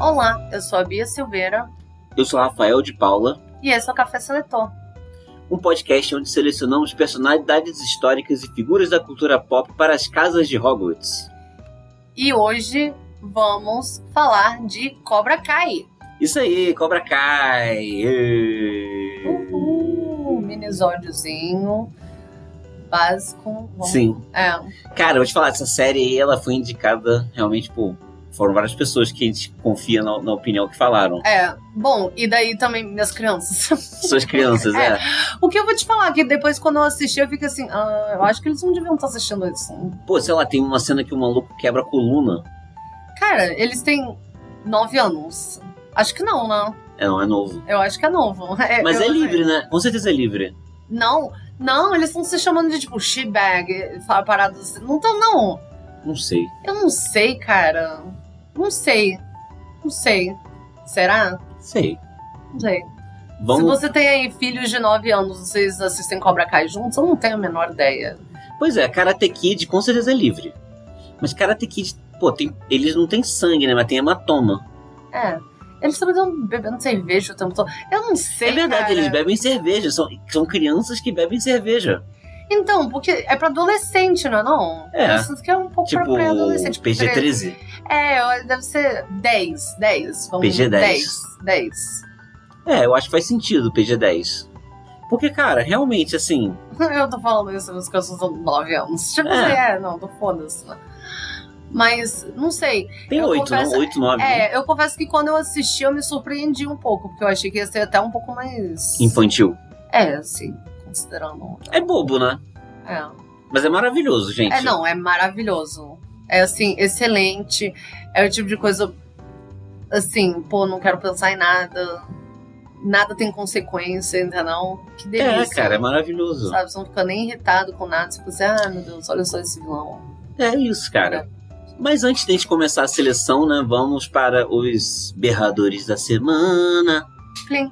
Olá, eu sou a Bia Silveira Eu sou Rafael de Paula, e esse é o Café Seletor. um podcast onde selecionamos personalidades históricas e figuras da cultura pop para as casas de Hogwarts. E hoje vamos falar de Cobra Kai. Isso aí, Cobra Kai! Ê! Uhul, um minisódiozinho básico. Vamos- Sim. É, Cara, vou te falar, essa série ela foi indicada realmente por. Foram várias pessoas que a gente confia na, na opinião que falaram. é. Bom, e daí também minhas crianças. Suas crianças, é. o que eu vou te falar, que depois quando eu assisti eu fiquei assim, ah, eu acho que eles não deviam estar assistindo isso. Pô, sei lá, tem uma cena que o maluco quebra a coluna. Cara, eles têm nove anos. Acho que não, né? É, não, é novo. Eu acho que é novo. Mas eu- é livre, né? Com certeza é livre. Não, não, eles estão se chamando de tipo shebag, fala parada assim. Não estão, não. Não sei. Eu não sei, cara. Não sei. Não sei. Será? Sei. Não sei. Vamos. Se você tem aí filhos de 9 anos, vocês assistem Cobra Kai juntos, eu não tenho a menor ideia. Pois é, Karate Kid com certeza é livre. Mas Karate Kid, pô, tem, eles não têm sangue, né? Mas tem hematoma. É. Eles também estão bebendo cerveja o tempo todo. Eu não sei. é verdade, cara. eles bebem cerveja. São, são crianças que bebem cerveja. Então, porque é pra adolescente, não é? Não? É. Eu sinto que é um pouco pra tipo, pré-adolescente. tipo, treze. PG-13. É, eu- deve ser 10, 10. Vamos PG 10. 10, 10. É, eu acho que faz sentido o PG-10. Porque, cara, realmente, assim... Eu tô falando isso porque eu sou 9 anos. Tipo, assim, é, não, tô foda-se. né? Mas, não sei. Tem Eu oito, confesso- não? Oito, nove, né? É, eu confesso que quando eu assisti eu me surpreendi um pouco, porque eu achei que ia ser até um pouco mais. Infantil. É, assim, considerando. É bobo, né? É. Mas é maravilhoso, gente. É, não, é maravilhoso. É, assim, excelente. É o tipo de coisa. Assim, pô, não quero pensar em nada. Nada tem consequência, entendeu? Que delícia. É, cara, é maravilhoso. Sabe, você não fica nem irritado com nada. Você fica assim, ah, meu Deus, olha só esse vilão. É isso, cara. Mas antes de a gente começar a seleção, né? Vamos para os berradores da semana. Plim.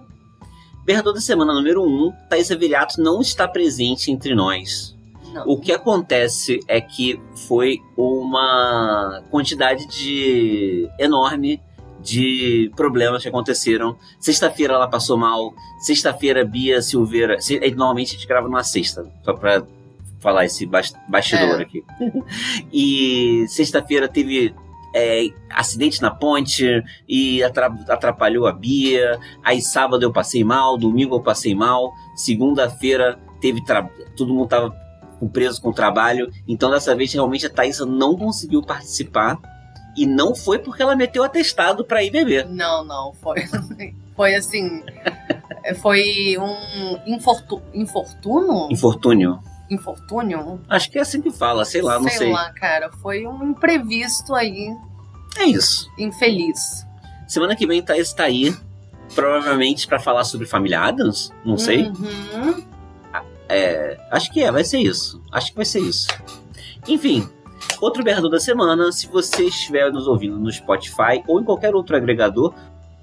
Berrador da semana número 1, um, Thaís Averiato não está presente entre nós. Não. O que acontece é que foi uma quantidade de enorme de problemas que aconteceram. Sexta-feira ela passou mal, sexta-feira Bia Silveira, se- é, normalmente a gente grava numa sexta, só pra falar esse bas- bastidor É. aqui. e sexta-feira teve é, acidente na ponte e atra- atrapalhou a Bia. Aí sábado eu passei mal, domingo eu passei mal, segunda-feira teve tra... todo mundo tava com- preso com o trabalho. Então dessa vez realmente a Thaisa não conseguiu participar e não foi porque ela meteu atestado pra ir beber. Não, não, foi. Foi assim. Foi um infortu, infortuno? Infortúnio. Infortúnio? Acho que é assim que fala, sei lá, não sei. lá, cara. Foi um imprevisto aí, É isso. infeliz. Semana que vem Thaís tá aí, provavelmente pra falar sobre família Adams, não sei. Uhum. É, acho que é, vai ser isso. Acho que vai ser isso. Enfim, outro berrador da semana. Se você estiver nos ouvindo no Spotify ou em qualquer outro agregador,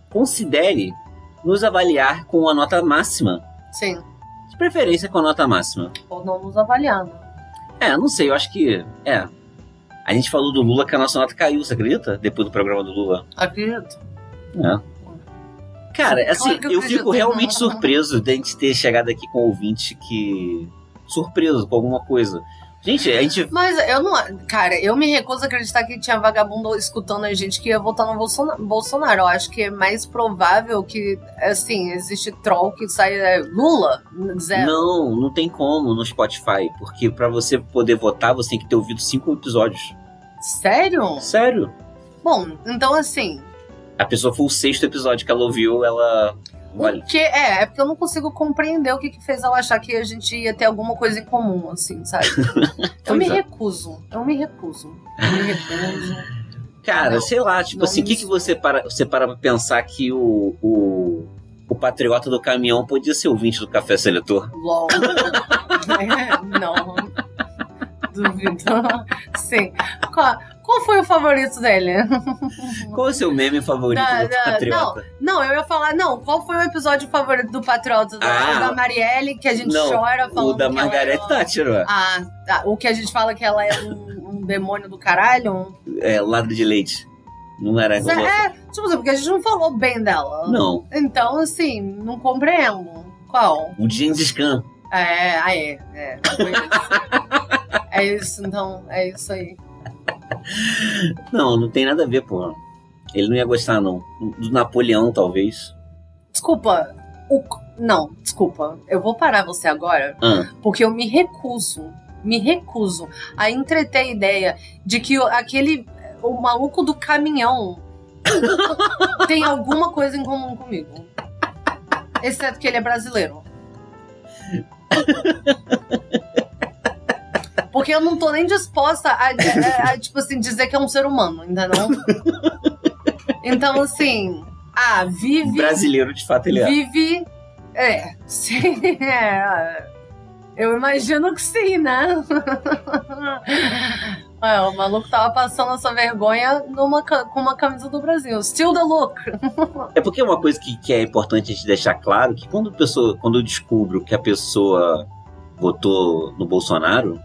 considere nos avaliar com a nota máxima. Sim, De preferência com a nota máxima. por não nos avaliar, né? É, não sei, eu acho que. É. A gente falou do Lula que a nossa nota caiu, você acredita? Depois do programa do Lula. Acredito. Cara, assim, Claro que eu eu acredito. fico realmente surpreso de a gente ter chegado aqui com um ouvinte que. surpreso com alguma coisa. Gente, a gente. Mas eu não. Cara, eu me recuso a acreditar que tinha vagabundo escutando a gente que ia votar no Bolsona- Bolsonaro. Eu acho que é mais provável que, assim, existe troll que sai é, Lula. Zero. Não, não tem como no Spotify, porque pra você poder votar, você tem que ter ouvido cinco episódios. Sério? Sério? Bom, então assim. A pessoa foi o sexto episódio que ela ouviu, ela. Olha, O que é, é porque eu não consigo compreender o que, que fez ela achar que a gente ia ter alguma coisa em comum, assim, sabe? eu Pois me é. recuso, eu me recuso. Eu me recuso. cara, Hum. Ah, Não, sei lá, tipo não assim, o que, me- que você para, você para pra pensar que o, o, o patriota do caminhão podia ser ouvinte do Café Seletor? LOL. É, não. Duvido. Sim. Qual, qual foi o favorito dele? Qual é o seu meme favorito Não, do não, patriota? Não, eu ia falar, não, qual foi o episódio favorito do Patriota? Da, Ah. da Marielle, que a gente Não, chora falando. o da que ela Margaret é uma- Thatcher, ó. Ah, tá. O que a gente fala que ela é um, um demônio do caralho? Um... é, ladra de leite. Não era Zé- É, tipo assim, porque a gente não falou bem dela. Não, Então, assim, não compreendo. Qual? o James Khan. É, ah, é, é. Foi isso. é isso, então, é isso aí. Não, não tem nada a ver, pô. Ele não ia gostar, não. Do Napoleão, talvez. Desculpa. O... Não, desculpa. Eu vou parar você agora Ah, porque eu me recuso, me recuso a entreter a ideia de que o- aquele. O maluco do caminhão tem alguma coisa em comum comigo. Exceto que ele é brasileiro. Porque eu não tô nem disposta a, a- a, tipo assim, dizer que é um ser humano, ainda não. Então, assim, ah, vive brasileiro, de fato, ele é. vive. É, sim. é, eu imagino que sim, né? É, o maluco tava passando essa vergonha numa, ca- com uma camisa do Brasil. Still the look. É porque é uma coisa que, que é importante a gente deixar claro que quando, a pessoa, quando eu descubro que a pessoa votou no Bolsonaro,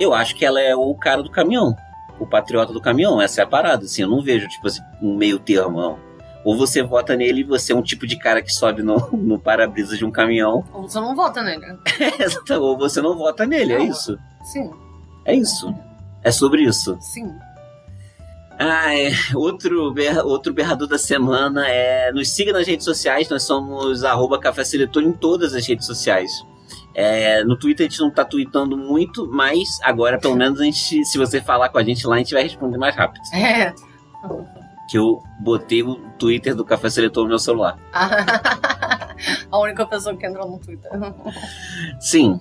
eu acho que ela é o cara do caminhão, o patriota do caminhão, essa é a parada, assim, eu não vejo, tipo assim, um meio termo, não. Ou você vota nele e você é um tipo de cara que sobe no, no para-brisa de um caminhão, Ou Você não vota nele. ou você não vota nele, é Não. isso. Sim, É isso. É sobre isso. sim. Ah, é. Outro, ber- outro berrador da semana é. Nos siga nas redes sociais, nós somos arroba Café Seletor em todas as redes sociais. É, no Twitter a gente não tá tweetando muito, mas agora pelo menos a gente, se você falar com a gente lá, a gente vai responder mais rápido. É. Que eu botei o Twitter do Café Seletor no meu celular. A única pessoa que entrou no Twitter. Sim.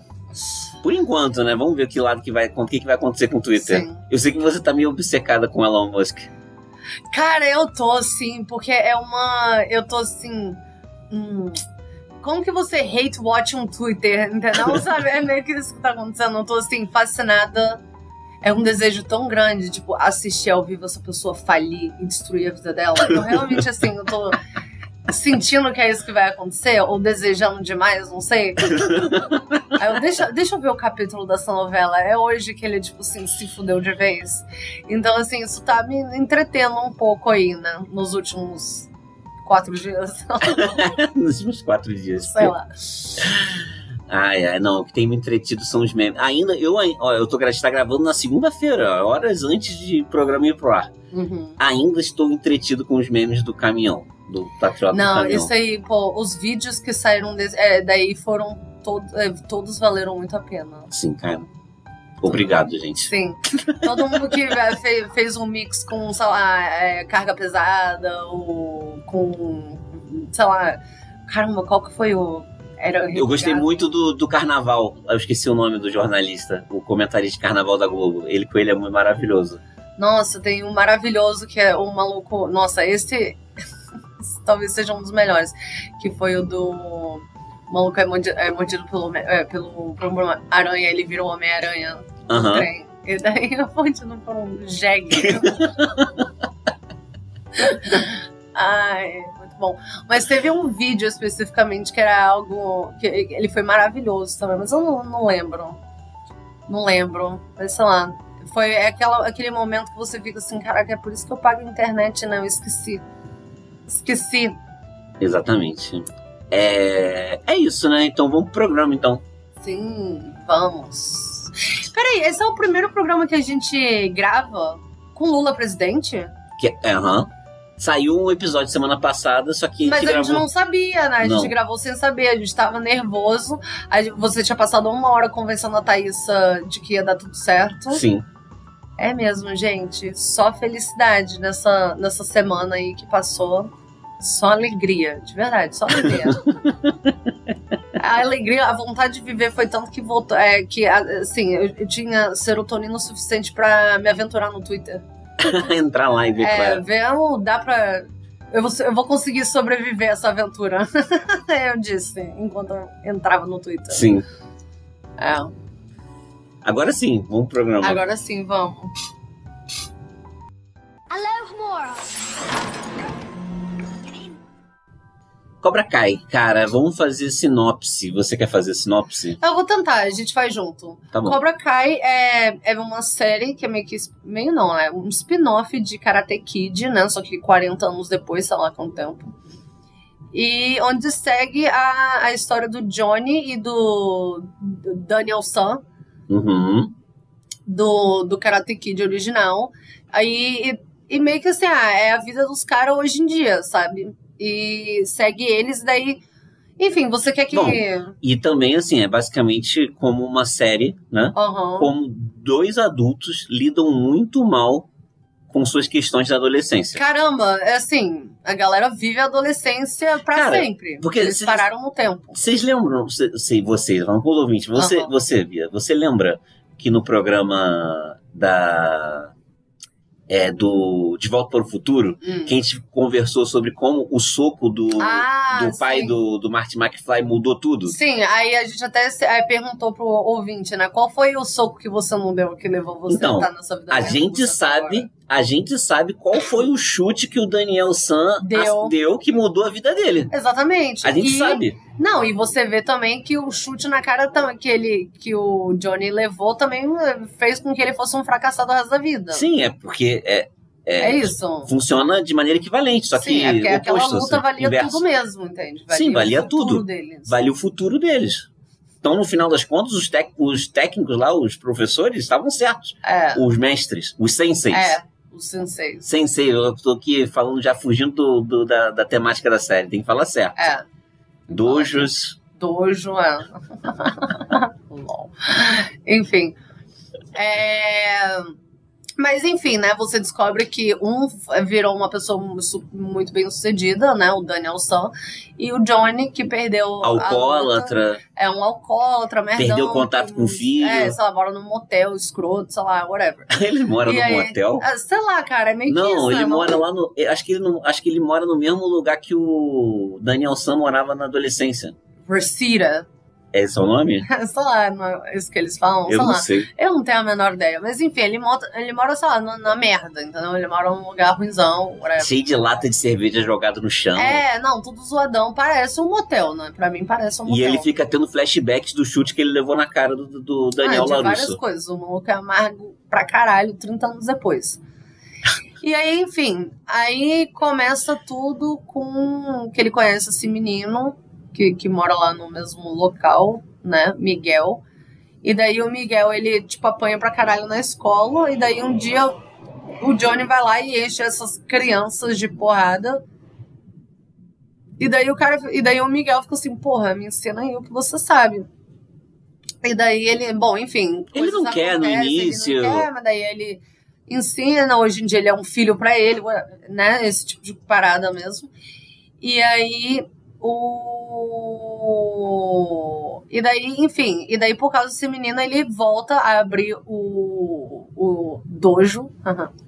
Por enquanto, né? Vamos ver que lado que vai, o que, que vai acontecer com o Twitter. Sim. Eu sei que você tá meio obcecada com o Elon Musk. Cara, eu tô assim, porque é uma. Eu tô assim. hum, como que você hate watch um Twitter? Entendeu? Sabe? É meio que isso que tá acontecendo. Eu tô assim, fascinada. É um desejo tão grande, tipo, assistir ao vivo essa pessoa falir e destruir a vida dela. Eu realmente, assim, eu tô sentindo que é isso que vai acontecer, ou desejando demais, não sei. Aí eu, deixa, deixa eu ver o capítulo dessa novela. É hoje que ele, tipo assim, se fudeu de vez. Então, assim, isso tá me entretendo um pouco aí, né? Nos últimos quatro dias, Nos últimos quatro dias. sei lá. Ai, ai, não, o que tem me entretido são os memes. Ainda, eu, ai- ó, eu tô gra- está gravando na segunda-feira, ó, horas antes de programa ir pro ar. Uhum. Ainda estou entretido com os memes do caminhão, do Patriota do Não, Caminhão. isso aí, pô, os vídeos que saíram desse, é, daí foram. todo- é, todos valeram muito a pena. Sim, cara. Obrigado, gente. Sim. Todo mundo que é, fe- fez um mix com, sei lá, é, carga pesada, ou com. sei lá. Caramba, qual que foi o. Era Eu gostei muito do, do carnaval. Eu esqueci o nome do jornalista, o comentarista de carnaval da Globo. Ele com ele é muito maravilhoso. Nossa, tem um maravilhoso que é o maluco. Nossa, esse talvez seja um dos melhores. Que foi o do. O maluco é mordi- é mordido, pelo, Home- é, pelo, por uma aranha, ele vira o Homem-Aranha no Aham. trem. E daí é mordido por um jegue. Ai, muito bom. Mas teve um vídeo especificamente que era algo. que ele foi maravilhoso também, mas eu não, não lembro. Não lembro. Mas sei lá. Foi aquela, aquele momento que você fica assim, caraca, é por isso que eu pago a internet, não, eu esqueci. Esqueci. Exatamente. É... é isso, né? Então vamos pro programa, então. Sim, vamos. Peraí, esse é o primeiro programa que a gente grava com Lula presidente? Que, é, aham. Saiu um episódio semana passada, só que Mas que a gente não sabia, né? A gente Não. gravou sem saber, a gente tava nervoso. A gente- você tinha passado uma hora conversando a Thaísa de que ia dar tudo certo. Sim. É mesmo, gente. Só felicidade nessa, nessa semana aí que passou. Só alegria, de verdade, só alegria. a alegria, a vontade de viver foi tanto que voltou. É, que, a- assim, eu, eu tinha serotonina o suficiente pra me aventurar no Twitter. Entrar lá e ver qual É, era. vendo, dá pra. Eu vou, eu vou conseguir sobreviver a essa aventura. eu disse, enquanto eu entrava no Twitter. Sim. É. Agora sim, vamos pro programa. Agora sim, vamos. Cobra Kai, cara, vamos fazer sinopse. Você quer fazer sinopse? Eu vou tentar, a gente vai junto. Tá bom. Cobra Kai é, é uma série que é meio que. meio não, é um spin-off de Karate Kid, né? Só que 40 anos depois, sei lá quanto tempo. E onde segue a, a história do Johnny e do do Daniel San, Uhum. do, do Karate Kid original. Aí, e, e meio que assim, ah, é a vida dos caras hoje em dia, sabe? E segue eles, daí. Enfim, você quer que. Bom. Aham. E também, assim, é basicamente como uma série, né? Como dois adultos lidam muito mal com suas questões da adolescência. Caramba, é assim, a galera vive a adolescência pra Cara, sempre. porque Eles se- pararam no tempo. Vocês lembram, se- se vocês, vamos com os ouvintes, você, Aham. você, Bia, você lembra que no programa da. É, do De Volta para o Futuro, Hum. que a gente conversou sobre como o soco do, Ah, do pai sim. do, do Marty McFly mudou tudo? Sim, aí a gente até se- aí perguntou pro ouvinte, né? Qual foi o soco que você não deu que levou você Então, a estar nessa vida? A adulta gente sabe, agora? a gente sabe qual foi o chute que o Daniel San Deu. as- deu que mudou a vida dele. Exatamente. A gente E- sabe. Não, e você vê também que o chute na cara tam- que, ele, que o Johnny levou também eh, fez com que ele fosse um fracassado o resto da vida. Sim, é porque é, É é, isso. funciona de maneira equivalente, só Sim, que é porque aquela oposto, luta assim, valia inverso. tudo mesmo, entende? Sim, valia o futuro tudo. Deles. Valia o futuro deles. Então, no final das contas, os, tec- os técnicos lá, os professores, estavam certos. É, Os mestres, os senseis. é, os senseis. Sensei, eu tô aqui falando já fugindo do- do- da, da temática da série, tem que falar certo. É. Dojos, Dojo, é. Lol. Enfim. É, Mas enfim, né? Você descobre que um virou uma pessoa mu- su- muito bem sucedida, né? O Daniel San. E o Johnny, que perdeu. a luta, alcoólatra. É um alcoólatra, merdão. Perdeu o contato com o filho. É, sei lá, mora num motel escroto, sei lá, whatever. Ele mora E num aí? motel? Ah, Sei lá, cara, é meio que isso, Não, ele né? mora lá no. eu Acho que ele, não, acho que ele mora no mesmo lugar que o Daniel Sam morava na adolescência. Reseda. É esse o nome? sei lá, não é isso que eles falam, sei eu lá. não sei. Eu não tenho a menor ideia. Mas enfim, ele, mota, ele mora, sei lá, na, na merda, entendeu? Ele mora num lugar ruimzão, whatever. Cheio de lata de cerveja jogada no chão. É, não, tudo zoadão. Parece um motel, né? Pra mim parece um motel. e ele fica tendo flashbacks do chute que ele levou na cara do, do- do Daniel ah, de várias Larusso. coisas. O maluco é amargo pra caralho 30 anos depois. E aí, enfim, aí começa tudo com que ele conhece esse menino que, que mora lá no mesmo local, né? Miguel. E daí o Miguel, ele, tipo, apanha pra caralho na escola. E daí um dia o Johnny vai lá e enche essas crianças de porrada. E daí o cara. E daí o Miguel fica assim, porra, me ensina aí o que você sabe. E daí ele, bom, enfim. Ele não coisas quer no acontecem, início. Ele não quer, mas daí ele ensina, hoje em dia ele é um filho pra ele, né? Esse tipo de parada mesmo. E aí o. E daí, enfim, e daí por causa desse menino ele volta a abrir o. O dojo.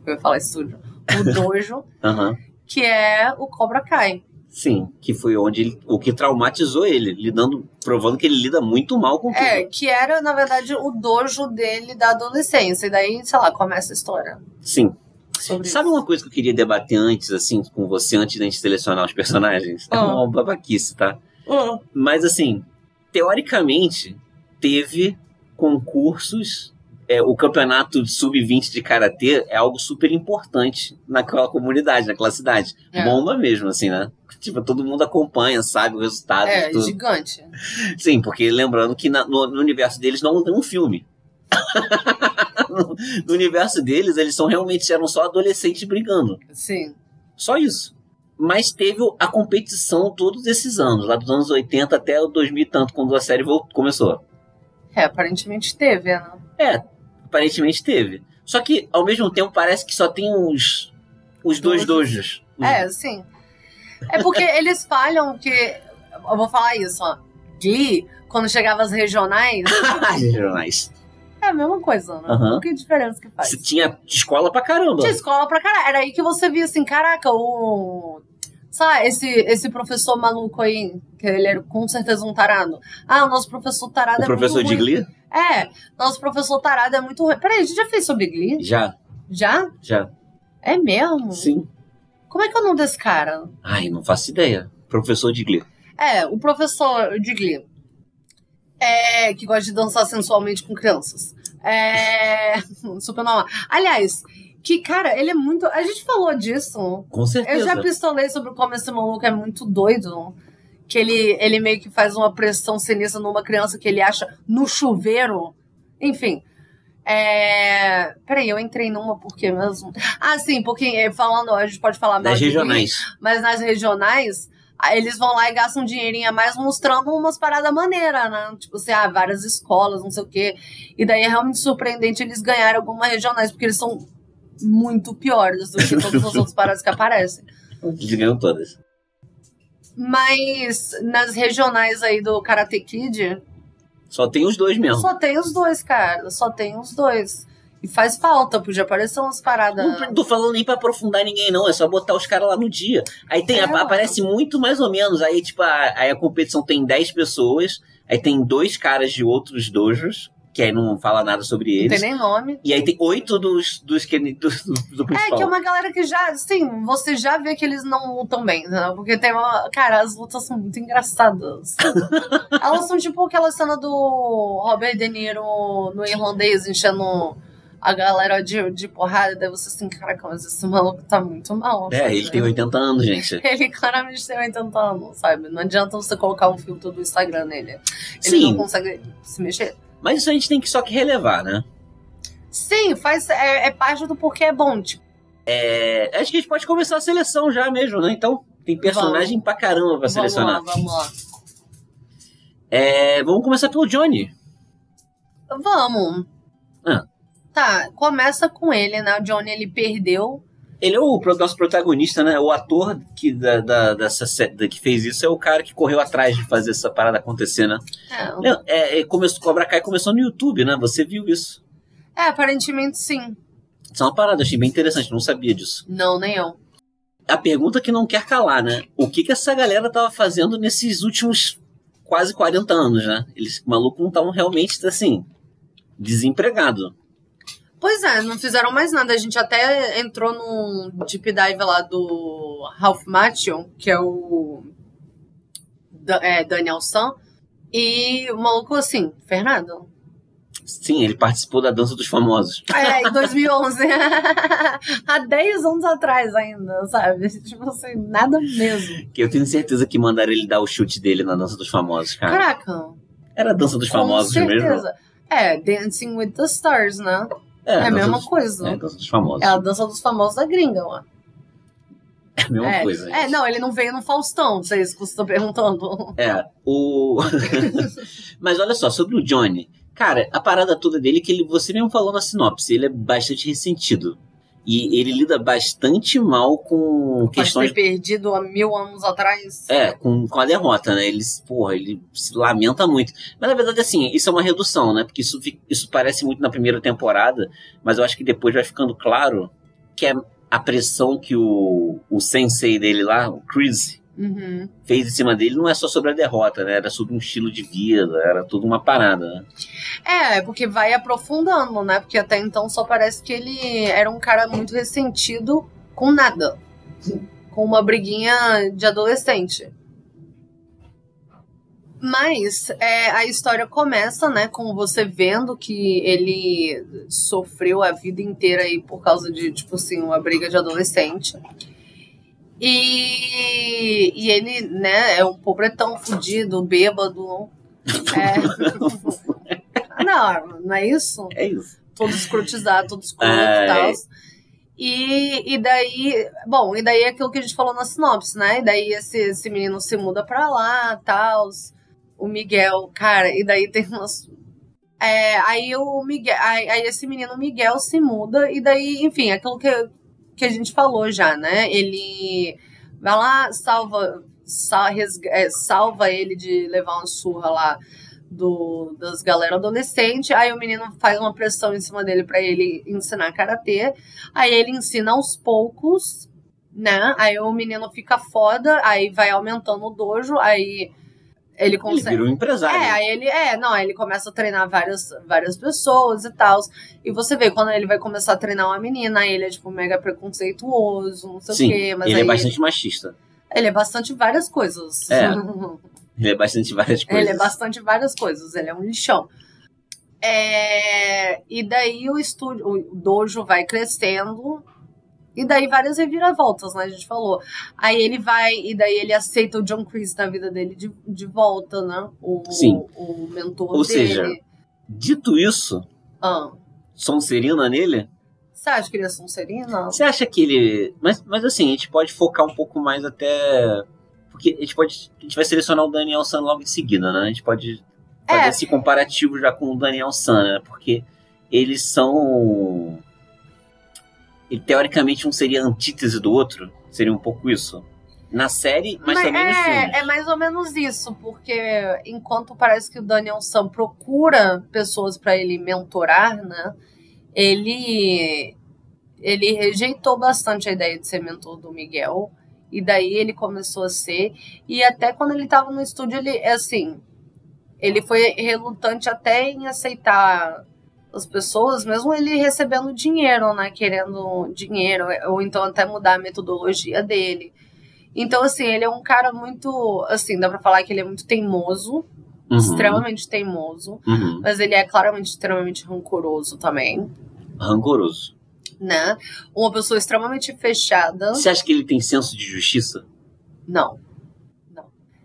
Eu ia falar estúdio. O dojo, Aham. que é o Cobra Kai. Sim, que foi onde ele- o que traumatizou ele, lidando, provando que ele lida muito mal com tudo. É, que era, na verdade, o dojo dele da adolescência. E daí, sei lá, começa a história. Sim. Sobre Sabe uma coisa que eu queria debater antes, assim, com você, antes da gente selecionar os personagens? É Ah. uma babaquice, tá? Hum. Mas assim, teoricamente, teve concursos. é, o campeonato de sub-20 de karatê é algo super importante naquela comunidade, naquela cidade. É. Bomba mesmo, assim, né? Tipo, todo mundo acompanha, sabe o resultado. É, tudo. gigante. Sim, porque lembrando que na- no, no universo deles não tem um filme. no, no universo deles, eles são realmente eram só adolescentes brigando. Sim. Só isso. Mas teve a competição todos esses anos, lá dos anos 80 até o 2000 e tanto, quando a série voltou, começou. É, aparentemente teve, né? É, aparentemente teve. Só que, ao mesmo tempo, parece que só tem uns, os dois dojos. Os- É, sim. É porque eles falham que. Eu vou falar isso, ó. Glee, quando chegava as regionais, Jornais. é a mesma coisa, né? Aham. Que diferença que faz? Você tinha escola pra caramba. Tinha escola pra caralho. Era aí que você via assim, caraca, o. Sabe, esse, esse professor maluco aí, que ele era com certeza um tarado. Ah, o nosso professor tarado O é professor muito de ruim. Glee? É, nosso professor tarado é muito ruim. Peraí, a gente já fez sobre Glee? Já, Já? já. É mesmo? Sim. Como é que é o nome desse cara? Ai, não faço ideia. Professor de Glee. É, o professor de Glee. É, que gosta de dançar sensualmente com crianças. É. Super normal. Aliás, que cara, ele é muito. A gente falou disso. Com Eu certeza. já pistolei sobre como esse maluco é muito doido. Que ele, ele meio que faz uma pressão sinistra numa criança que ele acha no chuveiro. Enfim. É... Peraí, eu entrei numa por quê mesmo? Ah, sim, porque eh, falando, a gente pode falar mal Das de Glee, regionais. mas nas regionais, ah, eles vão lá e gastam um dinheirinho a mais mostrando umas paradas maneiras, né? Tipo assim, ah, várias escolas, não sei o quê. E daí é realmente surpreendente eles ganharem algumas regionais, porque eles são muito piores assim, do que todas as outras paradas que aparecem. Eles ganham todas. Mas nas regionais aí do Karate Kid, Só tem os dois mesmo. só tem os dois, cara. Só tem os dois. E faz falta, podia aparecer umas paradas. Não tô falando nem pra aprofundar ninguém, não. É só botar os caras lá no dia. Aí tem, É, apa- ué. aparece muito mais ou menos. Aí, tipo, a, aí a competição tem 10 pessoas. Aí tem dois caras de outros dojos, que aí não fala nada sobre Não tem eles. nem nome. E aí tem oito dos, dos que do, do, do É, principal. que é uma galera que já, sim, você já vê que eles não lutam bem, entendeu? Porque tem uma. Cara, as lutas são muito engraçadas. elas são tipo aquela cena do Robert De Niro no irlandês enchendo a galera de, de porrada, daí você assim, caraca, mas esse maluco tá muito mal. É, sabe? ele tem 80 anos, gente. Ele claramente tem 80 anos, sabe? Não adianta você colocar um filtro do Instagram nele. Ele Sim. não consegue se mexer. Mas isso a gente tem que só que relevar, né? Sim, faz. É, é parte do porquê é bom, tipo. É, acho que a gente pode começar a seleção já mesmo, né? Então, tem personagem pra caramba pra vamos lá, selecionar. vamos lá. É, vamos começar pelo Johnny. Vamos. Ah. Tá, começa com ele, né? O Johnny ele perdeu. Ele é o pro- nosso protagonista, né? O ator que, da, da- dessa, sé- da- que fez isso é o cara que correu atrás de fazer essa parada acontecer, né? É, Não, é, é, começou, Cobra Kai começou no YouTube, né? Você viu isso. É, aparentemente sim. Isso é uma parada, achei bem interessante, não sabia disso. Não, nem eu. A pergunta que não quer calar, né? O que, que essa galera tava fazendo nesses últimos quase 40 anos, né? Eles malucos não estavam realmente, assim, desempregado. Pois é, não fizeram mais nada. A gente até entrou num deep dive lá do Ralph Macchio, que é o Da- é, Daniel San. E o maluco assim, Fernando. Sim, ele participou da dança dos famosos. É, em 2011. Há 10 anos atrás ainda, sabe? Tipo assim, nada mesmo. Que eu tenho certeza que mandaram ele dar o chute dele na dança dos famosos, cara. Caraca. Era a dança dos Com famosos mesmo. certeza. É, Dancing with the Stars, né? É, dança a mesma dos... coisa. É, dança dos famosos. É a dança dos famosos da gringa, ó. É a mesma é, coisa. é, gente. não, ele não veio no Faustão, não sei se vocês estão perguntando. É, o... Mas olha só, sobre o Johnny. Cara, a parada toda dele é que ele, você mesmo falou na sinopse, ele é bastante ressentido. E ele lida bastante mal com Pode ter questões... perdido há mil anos atrás. É, com, com a derrota, né? Ele, se- porra, ele se lamenta muito. Mas na verdade, assim, isso é uma redução, né? Porque isso, fi- isso parece muito na primeira temporada, mas eu acho que depois vai ficando claro que é a pressão que o, o sensei dele lá, o Chris, Uhum. fez em cima dele não é só sobre a derrota, né? Era sobre um estilo de vida, era tudo uma parada, né? É, é porque vai aprofundando, né? Porque até então só parece que ele era um cara muito ressentido com nada. Com uma briguinha de adolescente. Mas é, a história começa, né, com você vendo que ele sofreu a vida inteira aí por causa de, tipo assim, uma briga de adolescente. E, e ele, né, é um pobretão fudido, bêbado. É. Não, não é isso? É isso. Todo escrotizado, todo escroto Ai. e tal. E, e daí, bom, e daí é aquilo que a gente falou na sinopse, né? E daí esse, esse menino se muda pra lá, tal. O Miguel, cara, e daí tem umas. É, aí o Miguel. Aí, aí esse menino Miguel se muda, e daí, enfim, é aquilo que, que a gente falou já, né? Ele vai lá, salva, sa- resga- é, salva ele de levar uma surra lá do, das galera adolescente. Aí o menino faz uma pressão em cima dele pra ele ensinar karatê. Aí ele ensina aos poucos, né? Aí o menino fica foda, aí vai aumentando o dojo, aí ele Ele consegue. virou um empresário. É, aí ele, é, não, aí ele começa a treinar várias, várias pessoas e tal. E você vê, quando ele vai começar a treinar uma menina, aí ele é, tipo, mega preconceituoso, não sei Sim, o quê. Mas ele aí é bastante machista. ele é bastante várias coisas. É, Ele é bastante várias coisas. Ele é bastante várias coisas, ele é um lixão. É, e daí o estúdio, o dojo vai crescendo. E daí várias reviravoltas, né? A gente falou. Aí ele vai, e daí ele aceita o John Chris na vida dele de, de volta, né? O, Sim. o mentor Ou dele. seja, Dito isso, Ah, Sonserina nele, você acha que ele é Sonserina? Você acha que ele. Mas, mas assim, a gente pode focar um pouco mais até. Porque a gente pode. A gente vai selecionar o Daniel San logo em seguida, né? A gente pode fazer É. esse comparativo já com o Daniel San, né? Porque eles são. E, teoricamente um seria a antítese do outro. Seria um pouco isso. Na série, mas, também no é, filme. é mais ou menos isso, porque enquanto parece que o Daniel Sam procura pessoas pra ele mentorar, né? Ele ele rejeitou bastante a ideia de ser mentor do Miguel e daí ele começou a ser e até quando ele tava no estúdio ele é assim, ele foi relutante até em aceitar as pessoas, mesmo ele recebendo dinheiro, né, querendo dinheiro ou então até mudar a metodologia dele. Então, assim, ele é um cara muito. Assim, dá pra falar que ele é muito teimoso, Uhum, extremamente teimoso. uhum. Mas ele é claramente extremamente rancoroso também, Rancoroso. né? Uma pessoa extremamente fechada. Você acha que ele tem senso de justiça? Não. Não.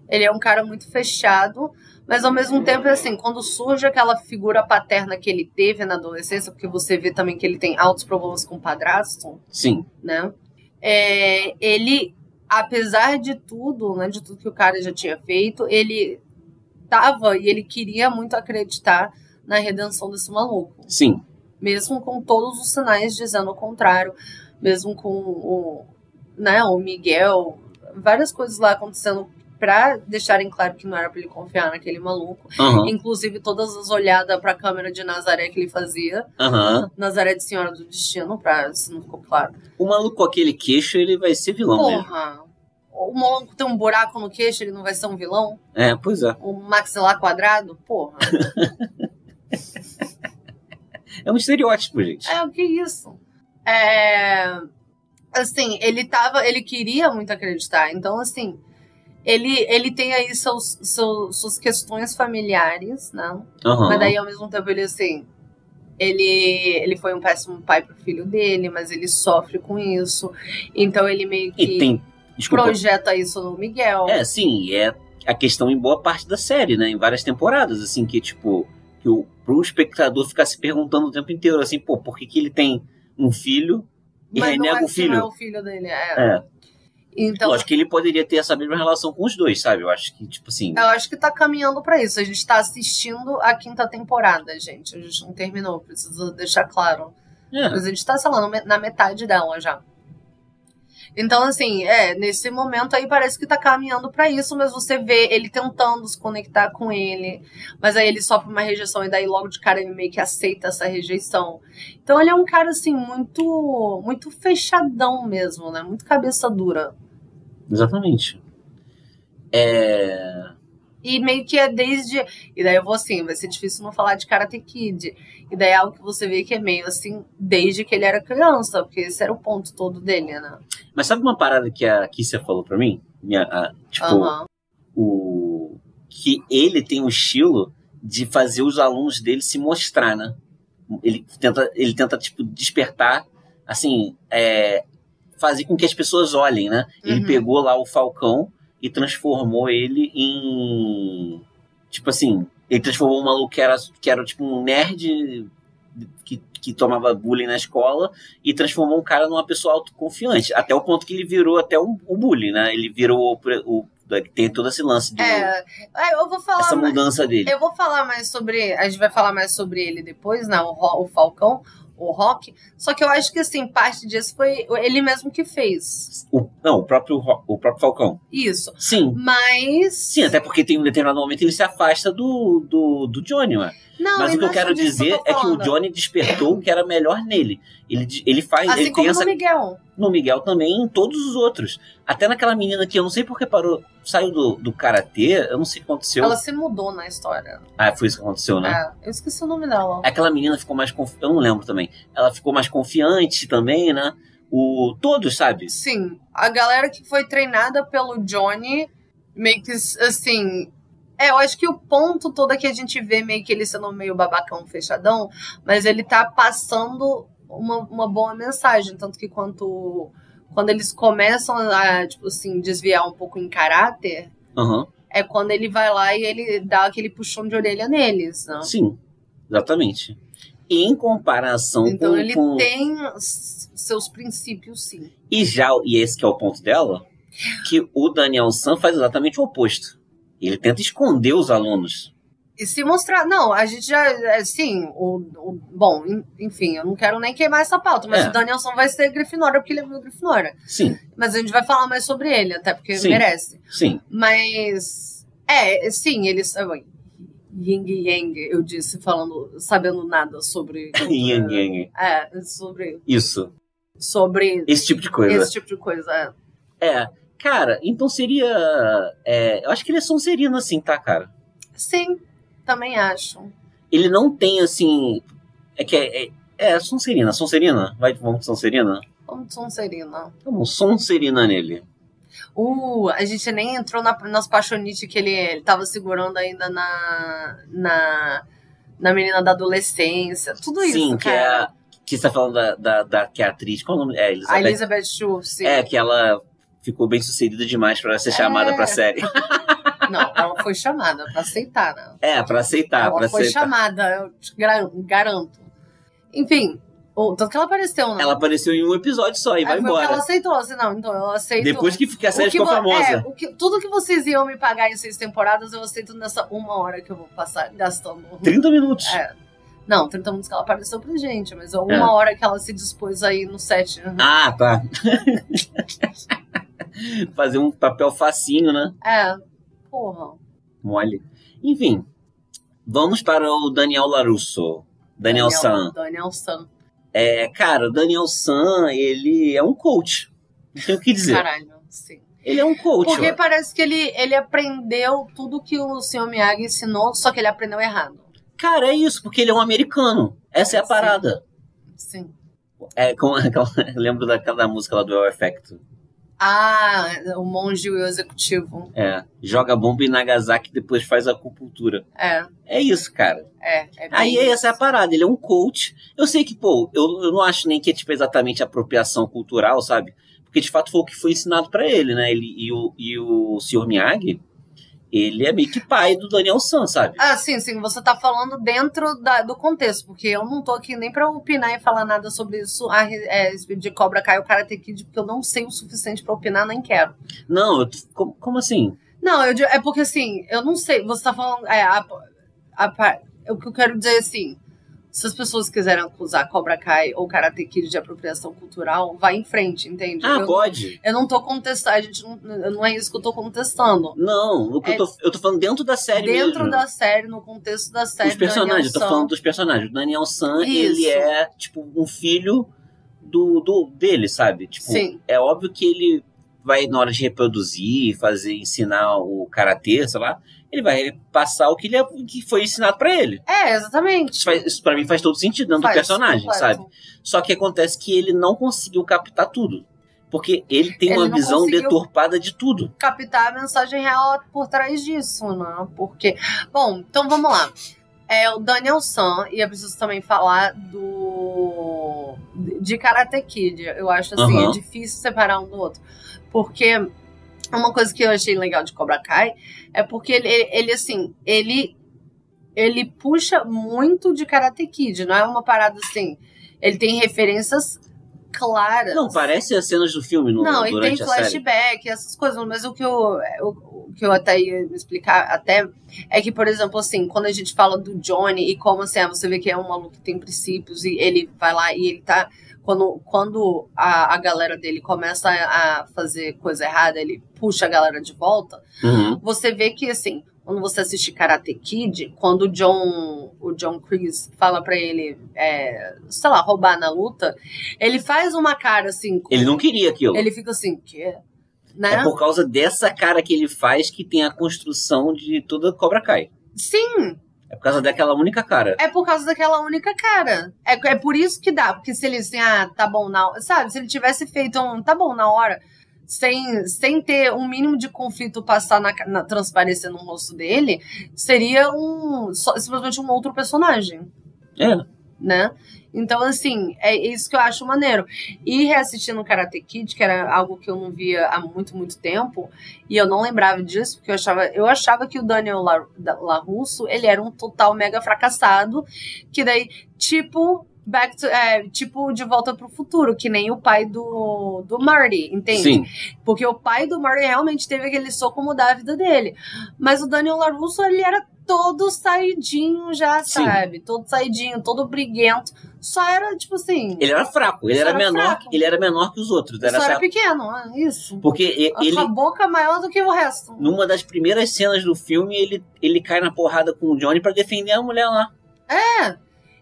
Ele é um cara muito fechado, mas ao mesmo tempo, assim, quando surge aquela figura paterna que ele teve na adolescência, porque você vê também que ele tem altos problemas com o padrasto, Sim. né? É, ele, apesar de tudo, né, de tudo que o cara já tinha feito, ele tava e ele queria muito acreditar na redenção desse maluco, Sim. mesmo com todos os sinais dizendo o contrário, mesmo com o, né, o Miguel, várias coisas lá acontecendo pra deixarem claro que não era pra ele confiar naquele maluco, Aham. inclusive todas as olhadas pra câmera de Nazaré que ele fazia, Aham. Nazaré de Senhora do Destino, pra se não ficou claro. O maluco com aquele queixo, ele vai ser vilão, né? Porra! O maluco tem um buraco no queixo, ele não vai ser um vilão? É, pois é. O maxilar quadrado? Porra! É um estereótipo, gente. É, o que é isso? É. Assim, ele tava. Ele queria muito acreditar. Então, assim. Ele, ele tem aí seus, seus, suas questões familiares, né? Aham. Mas daí, ao mesmo tempo, ele, assim. Ele, ele foi um péssimo pai pro filho dele, mas ele sofre com isso. Então, ele meio E que tem. Desculpa. projeta isso no Miguel. É, sim, e é a questão em boa parte da série, né? Em várias temporadas, assim, que tipo. Que o, pro espectador ficar se perguntando o tempo inteiro, assim, pô, por que, que ele tem um filho e mas não renega é, o filho? Não é o filho dele, é. É. Então, Lógico que ele poderia ter essa mesma relação com os dois, sabe? Eu acho que, tipo assim. eu acho que tá caminhando pra isso. A gente tá assistindo a quinta temporada, gente. A gente não terminou, preciso deixar claro. É, Mas a gente tá, sei lá, no me- na metade dela já. Então, assim, é, nesse momento aí parece que tá caminhando pra isso, mas você vê ele tentando se conectar com ele, mas aí ele sofre uma rejeição e daí logo de cara ele meio que aceita essa rejeição. Então ele é um cara, assim, muito muito fechadão mesmo, né? Muito cabeça dura. exatamente. É. E meio que é desde. E daí eu vou assim, vai ser difícil não falar de Karate Kid. E daí é algo que você vê que é meio assim, desde que ele era criança, porque esse era o ponto todo dele, né? Mas sabe uma parada que a Kissia falou pra mim? Minha, a- tipo, Aham. o que ele tem o estilo de fazer os alunos dele se mostrar, né? Ele tenta, ele tenta tipo despertar, assim, é, fazer com que as pessoas olhem, né? Ele Uhum. pegou lá o Falcão e transformou ele em tipo assim, Ele transformou um maluco que era, que era tipo um nerd que, que tomava bullying na escola e transformou um cara numa pessoa autoconfiante. Até o ponto que ele virou até o, o bullying, né? Ele virou o, o tem todo esse lance de É, é, eu vou falar. essa mais- mudança dele. Eu vou falar mais sobre. A gente vai falar mais sobre ele depois, né? O, Ro- o Falcão, o Rock. Só que eu acho que, assim, parte disso foi ele mesmo que fez. O- não, o próprio, Ro- o próprio Falcão. Isso. Sim. Mas. Sim, até porque tem um determinado momento ele se afasta do, do, do Johnny, ué. Não, Mas e o que eu não quero só disso dizer eu tô é que o falando. Johnny despertou o que era melhor nele. Ele, de- ele faz, Assim ele como tem essa o Miguel. no Miguel também e em todos os outros. Até naquela menina que eu não sei porque parou, saiu do, do karatê, eu não sei o que aconteceu. Ela se mudou na história. Ah, foi isso que aconteceu, né? Ah, eu esqueci o nome dela. Aquela menina ficou mais confi... eu não lembro também. Ela ficou mais confiante também, né? O todos, sabe? Sim, a galera que foi treinada pelo Johnny, meio que assim. É, eu acho que o ponto todo é que a gente vê meio que ele sendo meio babacão, fechadão, mas ele tá passando uma, uma boa mensagem. Tanto que quanto, quando eles começam a, tipo assim, desviar um pouco em caráter, Aham. é quando ele vai lá e ele dá aquele puxão de orelha neles, né? Sim. Exatamente. E em comparação Então com, ele com- tem s- seus princípios, sim. e já e esse que é o ponto dela, que o Daniel San faz exatamente o oposto. Ele tenta esconder os alunos. E se mostrar. Não, a gente já. Assim, o. o- bom, en- enfim, eu não quero nem queimar essa pauta, mas É. o Danielson vai ser Grifinória porque ele é meu Grifinória. Sim, Mas a gente vai falar mais sobre ele, até porque Sim. merece. é, sim. ah, É, tipo é. então é, tipo É. assim, tá, assim, é é tá É, né? É, Tá, né? um É, assim, então, Ah, tá. né? é. é né? um né? É, É, um é um É, É, É um é, tipo, né? é assim? Ah, é, tipo, um é é, Ah, É, Ah, tá Ah, é, tipo, é assim, tá é assim, é é, né? então É, assim, um é assim, ele puxa muito de Karate Kid, não é uma parada assim. Ele tem referências claras. Não, parece as cenas do filme no, Não, e tem durante a série. flashback, essas coisas, mas o que eu, é, o, o que eu até ia me explicar até é que, por exemplo, assim, quando a gente fala do Johnny e como assim, ah, você vê que é um maluco que tem princípios e ele vai lá e ele tá. Quando, quando a, a galera dele começa a, a fazer coisa errada, ele puxa a galera de volta. Uhum. Você vê que, assim, quando você assiste Karate Kid, quando o John, o John Chris fala pra ele, é, sei lá, roubar na luta, ele faz uma cara assim. Ele não queria aquilo. Ele fica assim, quê? Né? É por causa dessa cara que ele faz que tem a construção de toda Cobra Kai. Sim, É por causa daquela única cara. é por causa daquela única cara. É, é por isso que dá, porque se ele assim, ah, tá bom na hora, sabe? Se ele tivesse feito um tá bom na hora, sem, sem ter um mínimo de conflito passar na, ca- na transparecer no rosto dele, seria um só- simplesmente um outro personagem. É. né? Então, assim, é isso que eu acho maneiro. E reassistindo Karate Kid, que era algo que eu não via há muito, muito tempo, e eu não lembrava disso, porque eu achava, eu achava que o Daniel La- da- LaRusso, ele era um total mega fracassado, que daí, tipo... Back to, é, tipo de volta pro futuro, que nem o pai do, do Marty, entende? Sim. Porque o pai do Marty realmente teve aquele soco mudar a vida dele. Mas o Daniel LaRusso, ele era todo saidinho já, Sim. sabe? Todo saidinho, todo briguento. Só era, tipo assim... Ele era fraco. Ele Só era, era menor. fraco. Ele era menor que os outros. Era só era fraco. pequeno, é isso. Porque e- A ele, sua boca é maior do que o resto. numa das primeiras cenas do filme, ele, ele cai na porrada com o Johnny pra defender a mulher lá. É.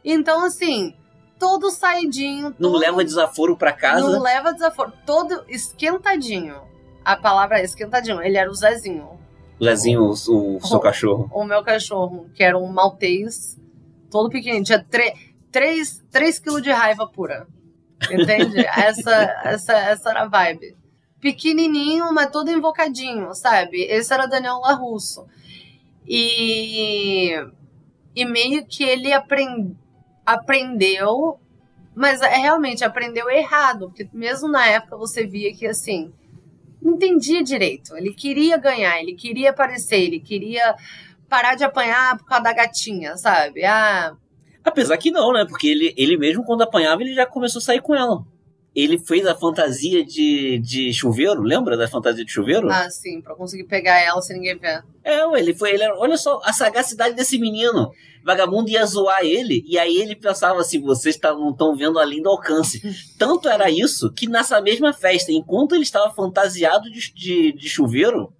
Então, assim, todo saidinho. Não todo- leva desaforo pra Não casa. leva desaforo. Todo esquentadinho. A palavra é esquentadinho. Ele era o Zezinho. O Zezinho, o, o seu Oh. cachorro. o meu cachorro, que era um maltês, todo pequenininho, tinha 3 quilos de raiva pura. Entende? essa, essa, essa era a vibe. Pequenininho, mas todo invocadinho, sabe? Esse era Daniel LaRusso. E, e meio que ele apren- aprendeu, mas é, realmente aprendeu errado, porque mesmo na época você via que assim. Não entendia direito. Ele queria ganhar, ele queria aparecer, ele queria parar de apanhar por causa da gatinha, sabe? Ah, Apesar que não, né? Porque ele, ele mesmo, quando apanhava, ele já começou a sair com ela. Ele fez a fantasia de, de chuveiro, lembra da fantasia de chuveiro? ah, sim, pra conseguir pegar ela sem ninguém ver. É, ué, ele foi. Ele era, olha só a sagacidade desse menino. Vagabundo ia zoar ele, e aí ele pensava assim: vocês tá- não estão vendo além do alcance. Tanto era isso que nessa mesma festa, enquanto ele estava fantasiado de, de- de chuveiro,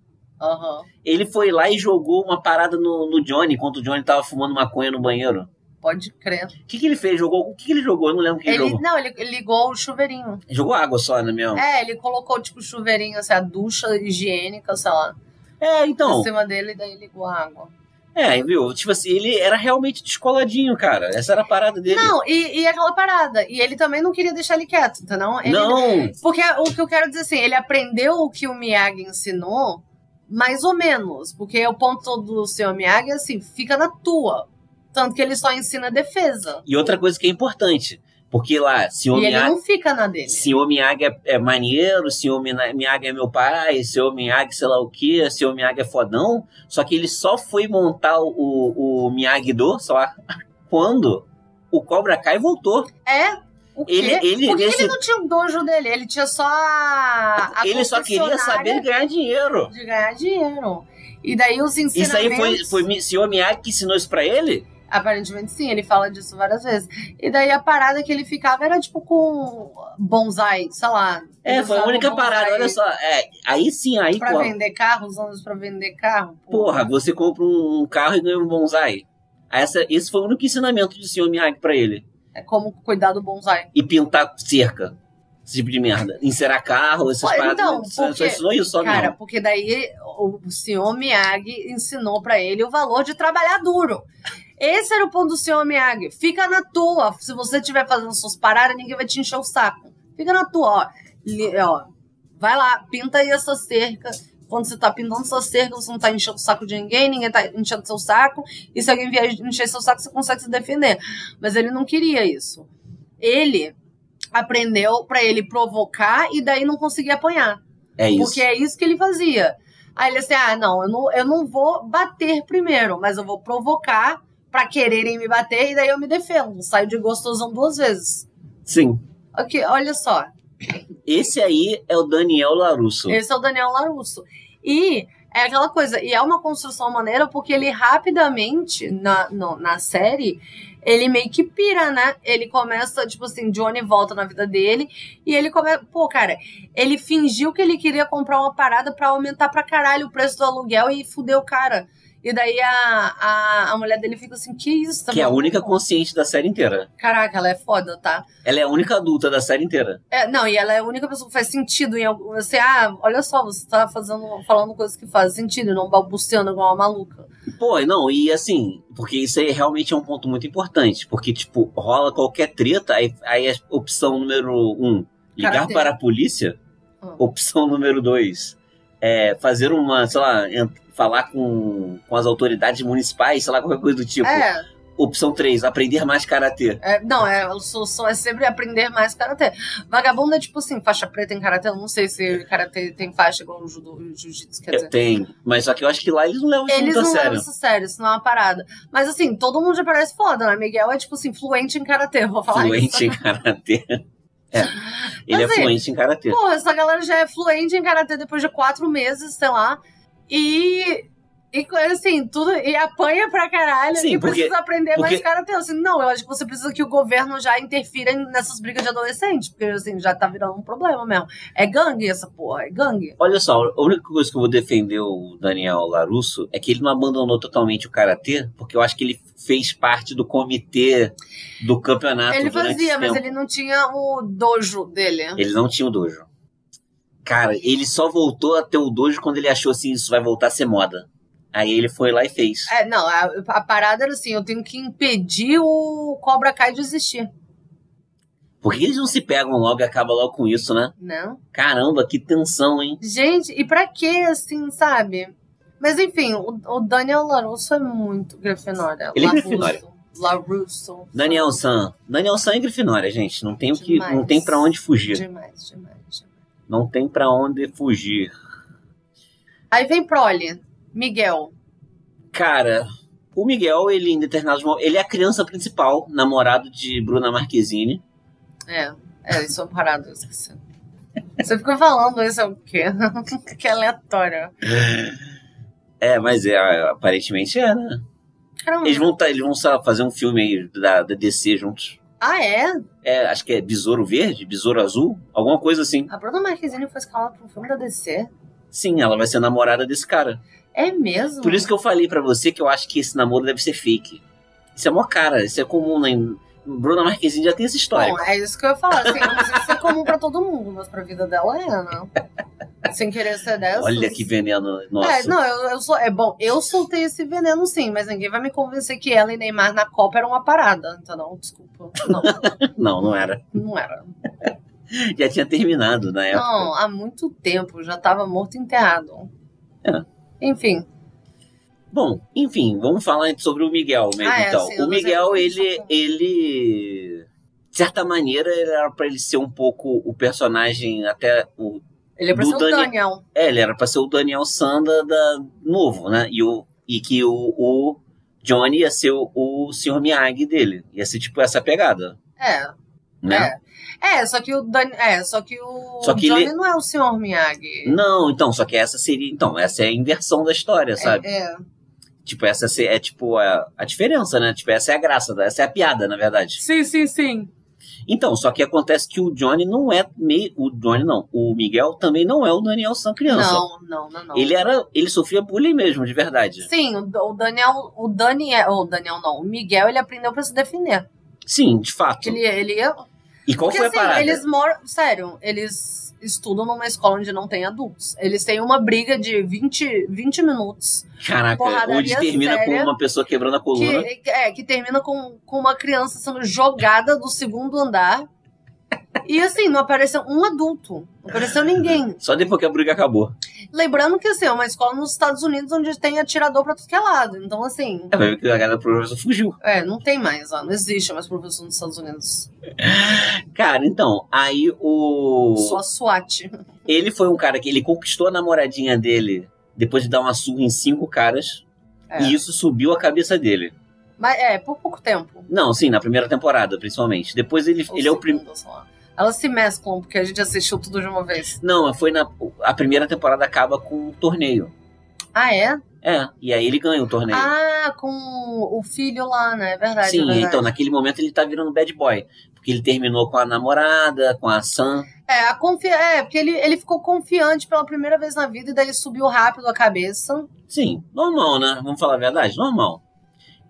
Aham. ele foi lá e jogou uma parada no, no Johnny, enquanto o Johnny estava fumando maconha no banheiro. Pode crer. O que, que ele fez? Jogou, o que, que ele jogou? Eu não lembro o que ele Ele, jogou. não, ele ele ligou o chuveirinho. Jogou água só, né, mesmo? É, ele colocou, tipo, o chuveirinho, assim, a ducha higiênica, sei lá, É, então. em cima dele e daí ligou a água. É, viu? Tipo assim, ele era realmente descoladinho, cara. Essa era a parada dele. Não, e, e aquela parada. E ele também não queria deixar ele quieto, entendeu? Ele, não. Porque o que eu quero dizer assim, ele aprendeu o que o Miyagi ensinou, mais ou menos. Porque o ponto do seu Miyagi é assim, fica na tua. Tanto que ele só ensina defesa. E outra coisa que é importante, porque lá, senhor e ele Miyagi, não fica na dele. senhor Miyagi é, é maneiro, senhor Mina- Miyagi é meu pai, senhor Miyagi sei lá o que, senhor Miyagi é fodão, só que ele só foi montar o, o Miyagi-Do, sei lá, quando o Cobra Kai voltou. É? O quê? Ele- ele- Por que nesse- ele não tinha o dojo dele? Ele tinha só a, a ele só queria saber concessionária ganhar dinheiro. de ganhar dinheiro. E daí os ensinamentos... Isso aí foi, foi Mi- senhor Miyagi que ensinou isso pra ele? Aparentemente sim, ele fala disso várias vezes. E daí a parada que ele ficava era tipo com bonsai, sei lá. É, Ele foi a usava única parada, bonsai olha só. é, aí sim, aí, Pra pô, vender carro, usando isso pra vender carro. porra, você compra um um carro e ganha um bonsai. Essa, esse foi o único ensinamento do senhor Miyagi pra ele. É como cuidar do bonsai. e pintar cerca. Esse tipo de merda. Encerar carro, essas Pô, paradas. então, só, porque- só ensinou isso só Cara, mesmo. porque daí o senhor Miyagi ensinou pra ele o valor de trabalhar duro. Esse era o ponto do senhor Miyagi. Fica na tua. Se você estiver fazendo suas paradas, ninguém vai te encher o saco. Fica na tua, ó. Li- ó. Vai lá, pinta aí essa cerca. Quando você tá pintando sua cerca, você não tá enchendo o saco de ninguém, ninguém tá enchendo seu saco. E se alguém vier encher seu saco, você consegue se defender. Mas ele não queria isso. Ele aprendeu pra ele provocar e daí não conseguir apanhar. É isso. Porque é isso que ele fazia. Aí ele assim, ah, não eu, não, eu não vou bater primeiro, mas eu vou provocar pra quererem me bater, e daí eu me defendo. Saio de gostosão duas vezes. Sim. Aqui, olha só. Esse aí é o Daniel Larusso. Esse é o Daniel Larusso. E é aquela coisa, e é uma construção maneira porque ele rapidamente, na, no- na série, ele meio que pira, né? Ele começa, tipo assim, Johnny volta na vida dele e ele começa. Pô, cara, ele fingiu que ele queria comprar uma parada pra aumentar pra caralho o preço do aluguel e fudeu o cara. E daí a, a, a mulher dele fica assim, que isso? tá Que é a maluco?" única consciente da série inteira. Caraca, ela é foda, tá? Ela é a única adulta da série inteira. É, não, e ela é a única pessoa que faz sentido em algum. Você, ah, olha só, você tá fazendo, falando coisas que fazem sentido, e não balbuciando igual uma maluca. Pô, não, e assim, porque isso aí realmente é um ponto muito importante. Porque, tipo, rola qualquer treta, aí, aí a opção número um, ligar Caráter. para a polícia. Ah. Opção número dois, é fazer uma, sei lá, en- falar com, com as autoridades municipais, sei lá, qualquer coisa do tipo. É, Opção três, aprender mais karatê. é, não, é, a solução é sempre aprender mais karatê. Vagabundo é tipo assim, faixa preta em karatê, eu não sei se karatê tem faixa igual o judô- o jiu-jitsu, É, quer dizer. Tem, mas só que eu acho que lá eles não levam isso Eles muito a não levam tá sério. isso a sério, isso não é uma parada. Mas assim, todo mundo já parece foda, né? Miguel é tipo assim, fluente em karatê, eu vou falar isso. Fluente em karatê. É. Ele é Mas, é, fluente em karatê. Porra, essa galera já é fluente em karatê depois de quatro meses, sei lá. E. E assim, tudo. E apanha pra caralho Sim, e porque- precisa aprender mais porque- karatê. Assim, não, eu acho que você precisa que o governo já interfira em- nessas brigas de adolescente. Porque assim, já tá virando um problema mesmo. É gangue essa porra, é gangue. Olha só, a única coisa que eu vou defender o Daniel Larusso é que ele não abandonou totalmente o karatê, porque eu acho que ele fez parte do comitê do campeonato ele durante fazia, esse mas Ah, né? tempo. ele não tinha o dojo dele. Ele não tinha o dojo. Cara, ele só voltou a ter o dojo quando ele achou assim, isso vai voltar a ser moda. Aí ele foi lá e fez. É, não, a, a parada era assim: eu tenho que impedir o Cobra Kai de existir, Por que eles não se pegam logo e acabam logo com isso, né? né? Caramba, que tensão, hein? Gente, e pra que assim, sabe? Mas enfim, o, o Daniel LaRusso é muito Grifinória. Ele é LaRusso, Grifinória. LaRusso. Daniel San. Daniel San é Grifinória, gente. Não tem, o que, não Demais. tem pra onde fugir. Demais, demais, demais. Não tem pra onde fugir. Aí vem Prole, Miguel. Cara, o Miguel, ele em determinados momentos. Ele é a criança principal, namorado de Bruna Marquezine. É, é, isso é uma parada, eu esqueci. Você ficou falando isso é o quê? que aleatório. É, mas é, aparentemente é, né? Caramba. Eles vão, tá, eles vão sa- fazer um filme aí da, da DC juntos. Ah, é? É, acho que é Besouro Verde, Besouro Azul, alguma coisa assim. A Bruna Marquezine foi escalada pra um filme da DC? Sim, ela vai ser namorada desse cara. É mesmo? Por isso que eu falei pra você que eu acho que esse namoro deve ser fake. Isso é mó cara, isso é comum, né? Bruna Marquezine já tem essa história. Bom, é isso que eu ia falar. Assim, eu não sei se isso é comum pra todo mundo, mas pra vida dela é, né? Sem querer ser dessas. Olha que veneno nossa. É, não, eu, eu sou. É bom, eu soltei esse veneno sim, mas ninguém vai me convencer que ela e Neymar na Copa eram uma parada. Então, não, desculpa. Não, não, não era. não era. Já tinha terminado na época. Não, há muito tempo, já tava morto e enterrado. É. Enfim, Bom, enfim, vamos falar sobre o Miguel mesmo, Ah, é, então. sim, eu o não sei Miguel, como que ele, funciona. ele... De certa maneira, ele era pra ele ser um pouco o personagem até... O, ele é pra Do ser o Dani- Daniel. é, ele era pra ser o Daniel Sanda da, novo, né? E, o, e que o, o Johnny ia ser o, o Sr. Miyagi dele. Ia ser, tipo, essa pegada, É, né? é. É, só que o Dani. É, só que o Só que Johnny ele- não é o senhor Miyagi. Não, então, só que essa seria... Então, essa é a inversão da história, sabe? É, é. Tipo, essa se- é, tipo, a, a diferença, né? Tipo, essa é a graça, essa é a piada, na verdade. Sim, sim, sim. Então, só que acontece que o Johnny não é meio. O Johnny não. O Miguel também não é o Daniel San criança. Não, não, não, não. Ele é. era. Ele sofria bullying mesmo, de verdade. Sim, o, o Daniel, o Daniel, o Daniel não, o Miguel, ele aprendeu pra se defender. Sim, de fato. Que ele, ele ia. E qual Porque foi a assim, parada? eles moram. Sério, eles estudam numa escola onde não tem adultos. Eles têm uma briga de 20, 20 minutos. Caraca, porradaria onde termina com séria. uma pessoa quebrando a coluna. Que, é, que termina com, com uma criança sendo jogada do segundo andar. E assim, não apareceu um adulto. Não apareceu ninguém. Só depois que a briga acabou. Lembrando que assim, é uma escola nos Estados Unidos onde tem atirador pra tudo que é lado. Então, assim, É, vai ver que a galera do professor fugiu. é, não tem mais lá. Não existe mais professor nos Estados Unidos. Cara, então, aí o. Só SWAT. Ele foi um cara que ele conquistou a namoradinha dele depois de dar uma surra em cinco caras. É. E isso subiu a cabeça dele. Mas é, por pouco tempo. Não, sim, na primeira temporada, principalmente. Depois ele, Ou ele é o primeiro. segunda, sei lá. Elas se mesclam, porque a gente assistiu tudo de uma vez. Não, foi na. A primeira temporada acaba com um torneio. Ah, é? É, e aí ele ganha o torneio. Ah, com o filho lá, né? É verdade. é Sim, verdade. então naquele momento ele tá virando bad boy. Porque ele terminou com a namorada, com a Sam. É, a confi... é porque ele, ele ficou confiante pela primeira vez na vida e daí subiu rápido a cabeça. Sim, normal, né? Vamos falar a verdade, normal.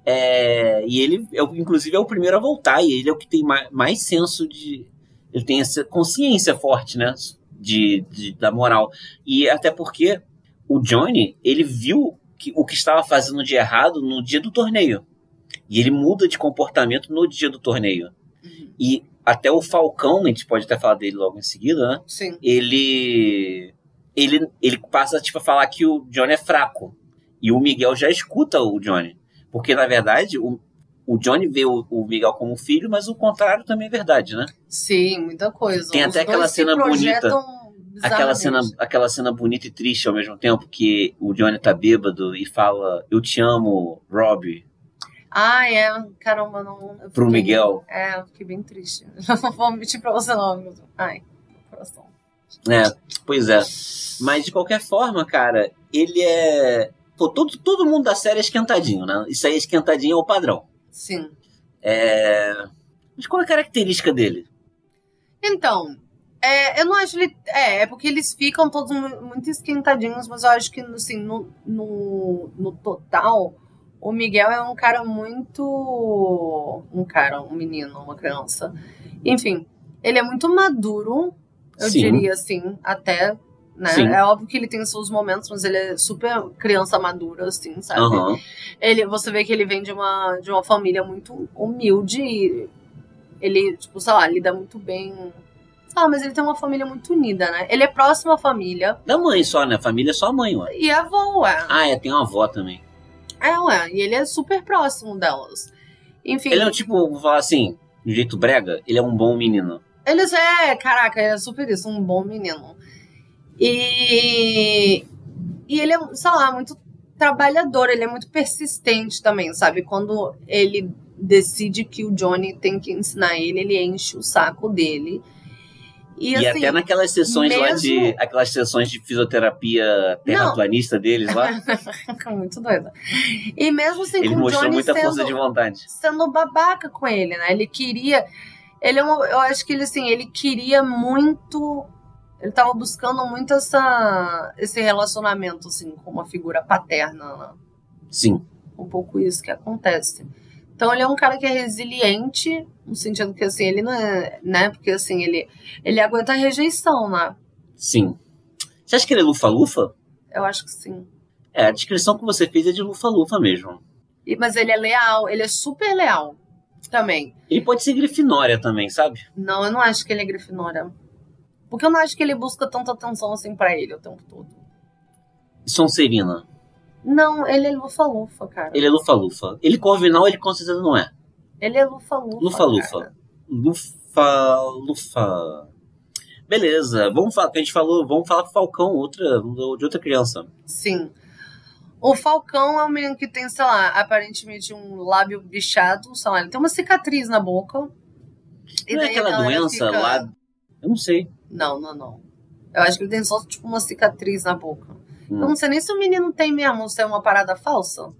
É, e ele, é, o- inclusive, é o primeiro a voltar, e ele é o que tem mais, mais senso de. Ele tem essa consciência forte, né? De, de- da moral. E até porque o Johnny, ele viu que, o que estava fazendo de errado no dia do torneio. E ele muda de comportamento no dia do torneio. E até o Falcão, a gente pode até falar dele logo em seguida, né? Sim. ele ele ele passa tipo a falar que o Johnny é fraco e o Miguel já escuta o Johnny porque na verdade o, o Johnny vê o, o Miguel como filho mas o contrário também é verdade né Sim, muita coisa. Tem Os até aquela dois se cena projetam aquela bizarramente. cena aquela cena bonita e triste ao mesmo tempo que o Johnny tá bêbado e fala eu te amo Rob Ah, é. Caramba, não. pro eu fiquei- Miguel É, eu fiquei bem triste. Não vou mentir pra você, não. meu Deus. Ai, coração. né pois é mas de qualquer forma cara ele é Pô, todo, todo mundo da série é esquentadinho, né? Isso aí, esquentadinho é o padrão. Sim. É... Mas qual é a característica dele? Então, é, eu não acho ele. É, é porque eles ficam todos mu- muito esquentadinhos, mas eu acho que, assim, no, no, no total, o Miguel é um cara muito. Um cara, um menino, uma criança. Enfim, ele é muito maduro, eu Sim. diria assim, até. Né? Sim. É óbvio que ele tem seus momentos, mas ele é super criança madura, assim, sabe? Aham. ele, você vê que ele vem de uma, de uma família muito humilde e ele, tipo, sei lá, lida muito bem. Ah, mas ele tem uma família muito unida, né? Ele é próximo à família Da mãe só, né? Família é só a mãe, ué. e a avó, ué. Ah, é, tem uma avó também. É, ué. E ele é super próximo delas. Enfim, Ele é um tipo, vou falar assim, de um jeito brega, ele é um bom menino. eles é, caraca, ele é super isso, um bom menino. E. E ele é, sei lá, muito trabalhador, ele é muito persistente também, sabe? Quando ele decide que o Johnny tem que ensinar ele, ele enche o saco dele. E, E, assim, até naquelas sessões lá de. mesmo- Aquelas sessões de fisioterapia terraplanista deles lá, fica muito doida. E mesmo assim, ele com o mostrou Johnny muita sendo, força de vontade. sendo babaca com ele, né? Ele queria. Ele é uma, eu acho que ele assim, ele queria muito. Ele tava buscando muito essa, esse relacionamento, assim, com uma figura paterna, né? Sim. um pouco isso que acontece. Então ele é um cara que é resiliente, no sentido que assim, ele não é, né? Porque assim, ele, ele aguenta a rejeição, né? Sim. Você acha que ele é lufa-lufa? Eu acho que sim. É, a descrição que você fez é de lufa-lufa mesmo. E- mas ele é leal, ele é super leal também. Ele pode ser grifinória também, sabe? Não, eu não acho que ele é Grifinória. Porque eu não acho que ele busca tanta atenção assim pra ele o tempo todo. E Sonserina. Não, ele é lufa-lufa, cara. Ele, Ele é lufa-lufa. Ele corvinal, ele com certeza não é. é lufa-lufa. Lufa-lufa. cara. Lufa, Lufa. Beleza, vamos falar, que a gente falou, vamos falar pro Falcão, outra, de outra criança. Sim. O Falcão é um menino que tem, sei lá, aparentemente um lábio bichado, sei lá, ele tem uma cicatriz na boca. não é daí a aquela galera doença fica- lá. Eu não sei. Não, não, não. Eu acho que ele tem só, tipo, uma cicatriz na boca. Hum. Eu não sei nem se o menino tem mesmo, ou se é uma parada falsa.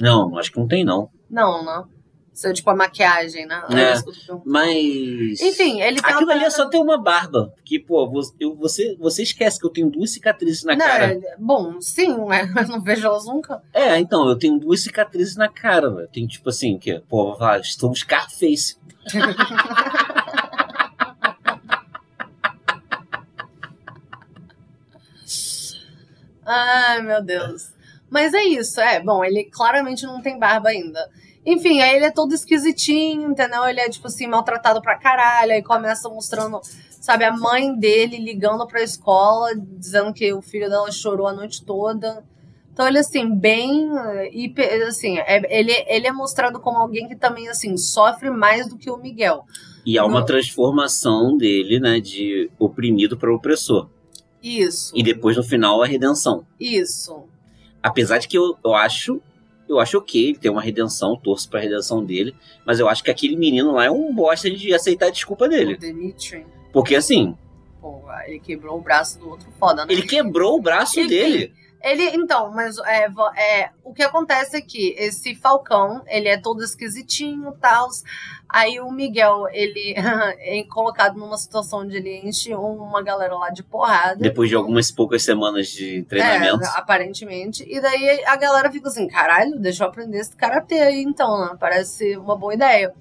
Não, acho que não tem, não. Não, né? Se é, tipo, a maquiagem, né? É. É isso que eu tô perguntando. Mas. Enfim, ele tem Aquilo uma ali é parada- só ter uma barba. Que, pô, vo- eu- você, você esquece que eu tenho duas cicatrizes na Não, cara. é- Bom, sim, né? eu não vejo elas nunca. É, então, eu tenho duas cicatrizes na cara, velho. Tem tipo assim, que, pô, vou falar, estou um Scarface. Ai, meu Deus. Mas é isso, é. Bom, ele claramente não tem barba ainda. Enfim, aí ele é todo esquisitinho, entendeu? Ele é, tipo assim, maltratado pra caralho. Aí começa mostrando, sabe, a mãe dele ligando pra escola, dizendo que o filho dela chorou a noite toda. Então ele, assim, bem. eh, hiper- assim, é- ele, ele é mostrado como alguém que também, assim, sofre mais do que o Miguel. E há uma Não. transformação dele, né, de oprimido para opressor. Isso, E depois, no final, a redenção. isso. Apesar de que eu, eu acho Eu acho ok, ele tem uma redenção, torço pra redenção dele, mas eu acho que aquele menino lá é um bosta de aceitar a desculpa O dele. Dimitri, Porque assim, pô, ele quebrou o braço do outro foda, né? ele quebrou o braço Enfim. dele. Ele, então, mas é, vo- é, o que acontece é que esse Falcão, ele é todo esquisitinho e tal. Aí o Miguel, ele é colocado numa situação onde ele enche um, uma galera lá de porrada. Depois de algumas poucas semanas de treinamento. É, aparentemente. E daí a galera fica assim, caralho, deixa eu aprender esse karatê aí então, né? Parece uma boa ideia.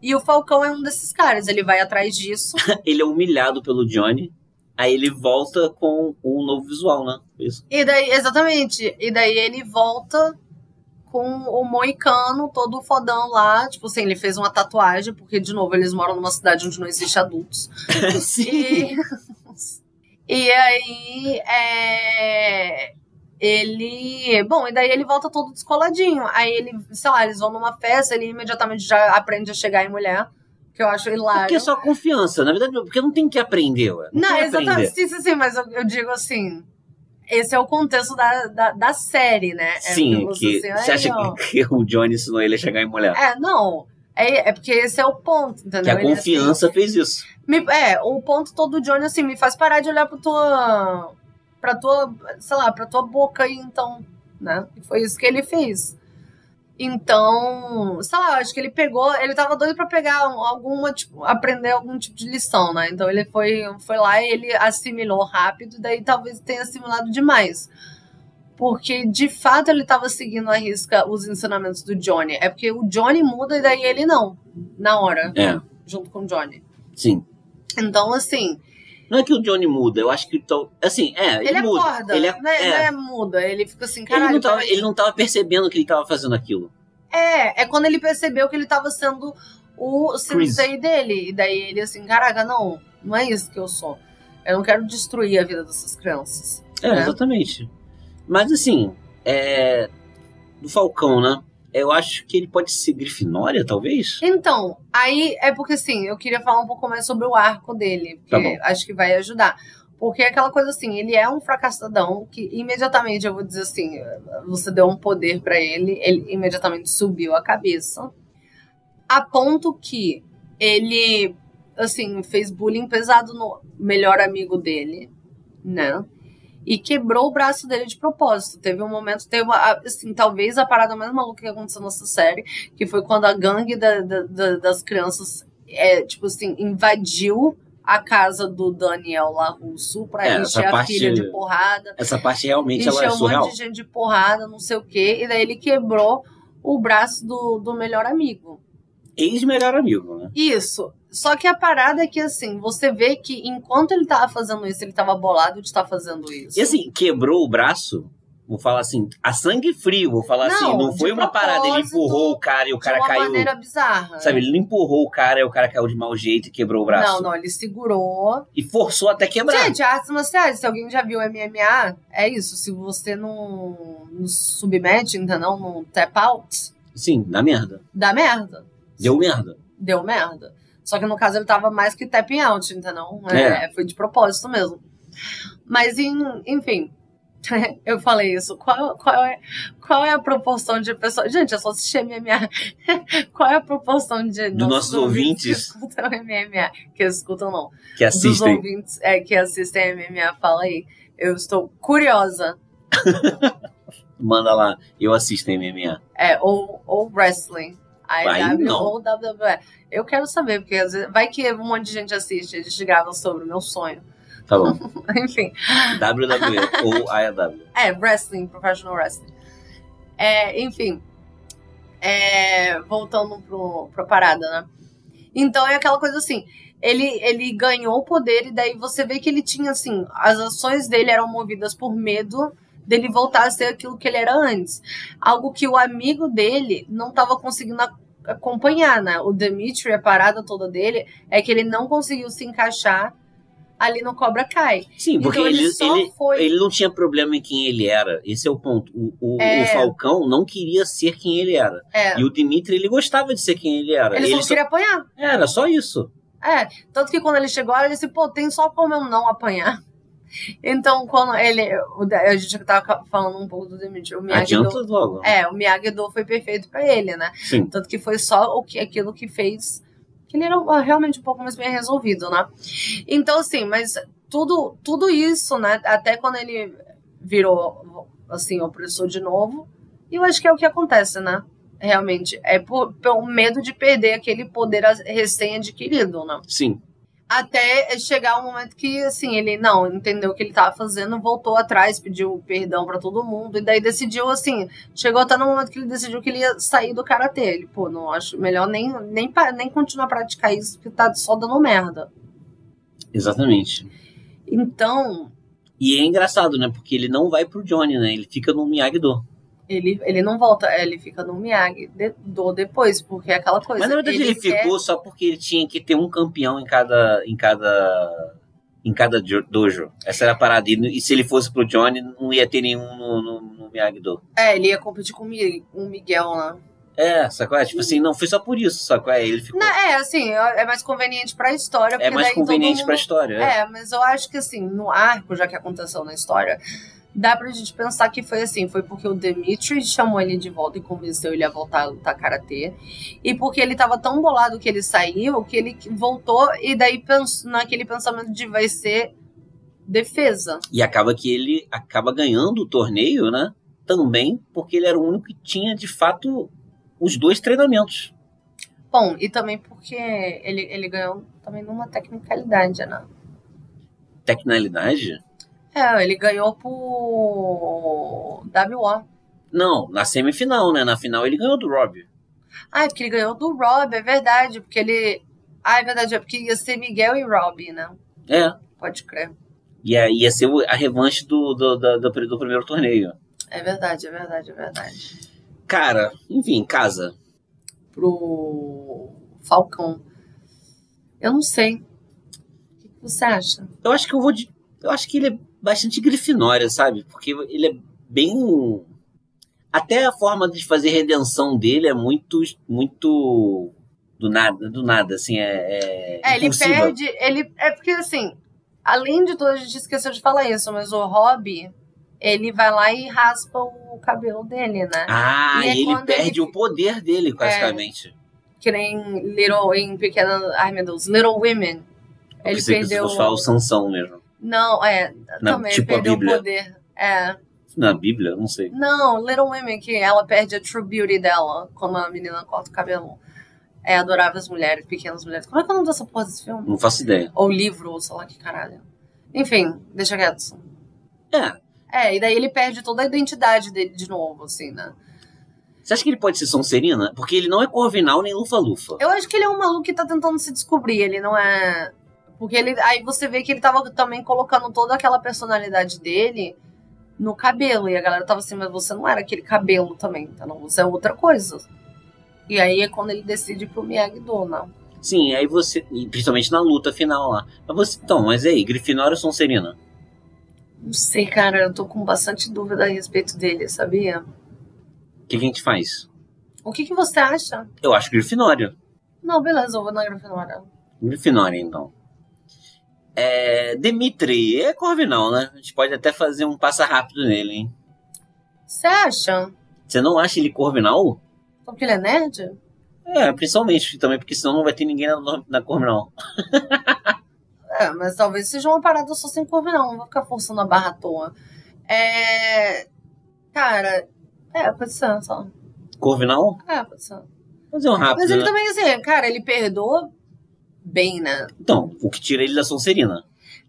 E o Falcão é um desses caras, ele vai atrás disso. Ele é humilhado pelo Johnny, aí ele volta com um novo visual, né? Isso. E daí, exatamente. E daí ele volta com o moicano todo fodão lá. Tipo assim, ele fez uma tatuagem, porque, de novo, eles moram numa cidade onde não existe adultos. E, e aí, é, ele. Bom, e daí ele volta todo descoladinho. Aí ele, sei lá, eles vão numa festa, ele imediatamente já aprende a chegar em mulher, que eu acho hilário. Porque é só confiança, na verdade, porque não tem que aprender, ué. Não, tem que exatamente. aprender. Sim, sim, sim, mas eu, eu digo assim. Esse é o contexto da, da, da série, né? É Sim, pelo que social, você acha ó. que o Johnny ensinou ele a chegar em mulher? É, não. É, é porque esse é o ponto, entendeu? Que a Ele, assim, confiança fez isso. me- é, o ponto todo do Johnny, assim, me faz parar de olhar pra tua. pra tua. sei lá, pra tua boca aí, então. Né? E foi isso que ele fez. Então, sei lá, eu acho que ele pegou. Ele tava doido pra pegar um- alguma, tipo, aprender algum tipo de lição, né? Então ele foi, foi lá e ele assimilou rápido, daí talvez tenha assimilado demais. Porque de fato ele tava seguindo à risca os ensinamentos do Johnny. É porque o Johnny muda e daí ele não, na hora, É, junto com o Johnny. sim. Então, assim, Não é que o Johnny muda, eu acho que. tal- Assim, é, ele, ele, muda. acorda, ele, ele é, né, é. não é muda, ele fica assim, Ele caralho. não tava, peraí. ele não tava percebendo que ele tava fazendo aquilo. É, é quando ele percebeu que ele tava sendo o sensei dele. E daí ele assim, caraca, não, não é isso que eu sou. Eu não quero destruir a vida dessas crianças. É, É. exatamente. Mas assim, é. Do Falcão, né? Eu acho que ele pode ser Grifinória, talvez? Então, aí é porque assim, eu queria falar um pouco mais sobre o arco dele, Tá porque acho que vai ajudar. Porque é aquela coisa assim, ele é um fracassadão que imediatamente eu vou dizer assim, você deu um poder pra ele, ele imediatamente subiu a cabeça. A ponto que ele assim, fez bullying pesado no melhor amigo dele, né? E quebrou o braço dele de propósito. Teve um momento, teve uma, assim, talvez a parada mais maluca que aconteceu nessa série que foi quando a gangue da- da- da- das crianças, é, tipo assim, invadiu a casa do Daniel lá russo pra É, essa encher a parte- filha de porrada, Essa parte realmente ela é encher um surreal. monte de gente de porrada, não sei o quê, e daí ele quebrou o braço do, do melhor amigo. Ex-melhor amigo, né? Isso. Só que a parada é que, assim, você vê que enquanto ele tava fazendo isso, ele tava bolado de estar fazendo isso. E assim, quebrou o braço. Vou falar assim, a sangue frio, vou falar Não, assim, não de foi uma parada, ele propósito, empurrou o cara e o cara de uma caiu. maneira bizarra. Sabe, ele não empurrou o cara e o cara caiu de mau jeito e quebrou o braço. Não, não, ele segurou, E forçou até quebrar. Gente, artes marciais, se alguém já viu MMA, é isso. Se você não, não submete, entendeu? Não tap out, Sim, na merda. dá merda. Deu merda. Deu merda. Só que no caso ele tava mais que tapping out, entendeu? É. É, Foi de propósito mesmo. Mas, em- enfim. Eu falei isso. Qual, qual, é, qual é a proporção de pessoas. Gente, eu só assisti MMA. Qual é a proporção de. Dos nossos ouvintes. Que escutam MMA. Que escutam, não Que dos assistem. ouvintes é, que assistem MMA, fala aí. Eu estou curiosa. Manda lá. Eu assisto MMA. É, ou, ou wrestling. Aí AEW não. ou WWE. Eu quero saber, porque às vezes, vai que um monte de gente assiste, eles gravam sobre o meu sonho. Tá bom. Enfim. WWE ou AEW. É, wrestling, professional wrestling. É, enfim. É, voltando pro, pra parada, né? Então é aquela coisa assim. Ele, ele ganhou o poder, e daí você vê que ele tinha assim. As ações dele eram movidas por medo dele voltar a ser aquilo que ele era antes. Algo que o amigo dele não estava conseguindo ac- acompanhar, né? O Dimitri, a parada toda dele, é que ele não conseguiu se encaixar ali no Cobra Kai. Sim, porque então ele, ele só ele, foi ele não tinha problema em quem ele era. Esse é o ponto. O, o, É. o Falcão não queria ser quem ele era. É. E o Dimitri, ele gostava de ser quem ele era. Ele, só queria apanhar. Era só isso. É, tanto que quando ele chegou, ele disse, pô, tem só como eu não apanhar. Então, quando ele. o da- A gente tava falando um pouco do Dimitri. O Adianta Miyagi-Do. logo. É, o Miyagi-Do foi perfeito pra ele, né? Sim. Tanto que foi só o que, aquilo que fez. Que ele era ah, realmente um pouco mais bem resolvido, né? Então, assim, mas tudo, tudo isso, né? Até quando ele virou, assim, opressor de novo. E eu acho que é o que acontece, né? Realmente. É por, pelo medo de perder aquele poder as- recém-adquirido, né? Sim. Até chegar um momento que, assim, ele não entendeu o que ele tava fazendo, voltou atrás, pediu perdão pra todo mundo, e daí decidiu, assim, chegou até no momento que ele decidiu que ele ia sair do karatê. Ele, pô, não acho melhor nem, nem, pa- nem continuar a praticar isso, porque tá só dando merda. Exatamente. Então, E é engraçado, né? Porque ele não vai pro Johnny, né? Ele fica no Miyagi-Do. ele, ele não volta, é, ele fica no Miyagi de, do depois, porque é aquela coisa. Mas na verdade ele, quer- ficou só porque ele tinha que ter um campeão em cada. em cada. em cada jo- dojo. Essa era a parada. E, e se ele fosse pro Johnny, não ia ter nenhum no, no, no Miyagi-Do. É, ele ia competir com o Mi- com o Miguel, né? É, sacou? É, tipo assim, não, foi só por isso, sacou? É, ele ficou. Não, é, assim, é é mais conveniente pra história. é porque mais daí todo conveniente mundo- pra história. é. É, mas eu acho que assim, no arco, já que aconteceu na história, dá pra gente pensar que foi assim, foi porque o Dimitri chamou ele de volta e convenceu ele a voltar a lutar karatê. E porque ele tava tão bolado que ele saiu, que ele voltou e daí pensou naquele pensamento de vai ser defesa. E acaba que ele acaba ganhando o torneio, né? Também porque ele era o único que tinha, de fato, os dois treinamentos. Bom, e também porque ele, ele ganhou também numa tecnicalidade, né? Tecnalidade? É, ele ganhou por WO. Não, na semifinal, né? Na final ele ganhou do Rob. Ah, é porque ele ganhou do Rob, é verdade, porque ele. Ah, é verdade, é porque ia ser Miguel e Rob, né? É. Pode crer. E aí ia ser o- a revanche do, do, da- do, do primeiro torneio. É verdade, é verdade, é verdade. Cara, enfim, casa. Pro Falcão. Eu não sei. O que que você acha? Eu acho que eu vou de. Eu acho que ele é bastante grifinória, sabe? Porque ele é bem. Até a forma de fazer redenção dele é muito. muito. do nada, do nada, assim, é. É, ele impulsiva. perde. Ele, é porque assim, além de tudo, a gente esqueceu de falar isso, mas o Rob, ele vai lá e raspa o cabelo dele, né? Ah, E é e ele quando perde ele- É. o poder dele, basicamente. Que nem Little, em Pequena. Ai meu Deus, Little Women. Eu Ele pensei que perdeu. você fosse falar o Sansão mesmo. Não, é. Na- também tipo a perdeu o Bíblia. poder. É. Na Bíblia, eu não sei. Não, Little Women, que ela perde a true beauty dela quando a menina corta o cabelo. É adoráveis mulheres, pequenas mulheres. Como é que é o nome dessa porra desse filme? Não faço ideia. Ou livro, ou sei lá que caralho. Enfim, deixa quieto. É. É, e daí ele perde toda a identidade dele de novo, assim, né? Você acha que ele pode ser Sonserina? Porque ele não é Corvinal nem Lufa-Lufa. Eu acho que ele é um maluco que tá tentando se descobrir, ele não é. Porque ele. Aí você vê que ele tava também colocando toda aquela personalidade dele no cabelo. E a galera tava assim, mas você não era aquele cabelo também, tá? Não, você é outra coisa. E aí é quando ele decide ir pro Miyagi-Do, né? Sim, aí você. e Principalmente na luta final lá. Mas você. Então, mas e aí, Grifinória ou Sonserina? Não sei, cara, eu tô com bastante dúvida a respeito dele, sabia? O que, que a gente faz? O que, que você acha? Eu acho Grifinória. Não, beleza, eu vou na Grifinória. Grifinória, então. É. Dimitri é Corvinal, né? A gente pode até fazer um passa rápido nele, hein? Você acha? Você não acha ele Corvinal? Só Porque ele é nerd? É, principalmente também, porque senão não vai ter ninguém na, na Corvinal. É, mas talvez seja uma parada só sem curva, não. Não vou ficar forçando a barra à toa. É. Cara. É, pode ser, só. Corvinal? É, pode ser. Fazer um rápido. Mas ele né? também, assim, cara, ele perdoa bem, né? Então, o que tira ele da Sonserina?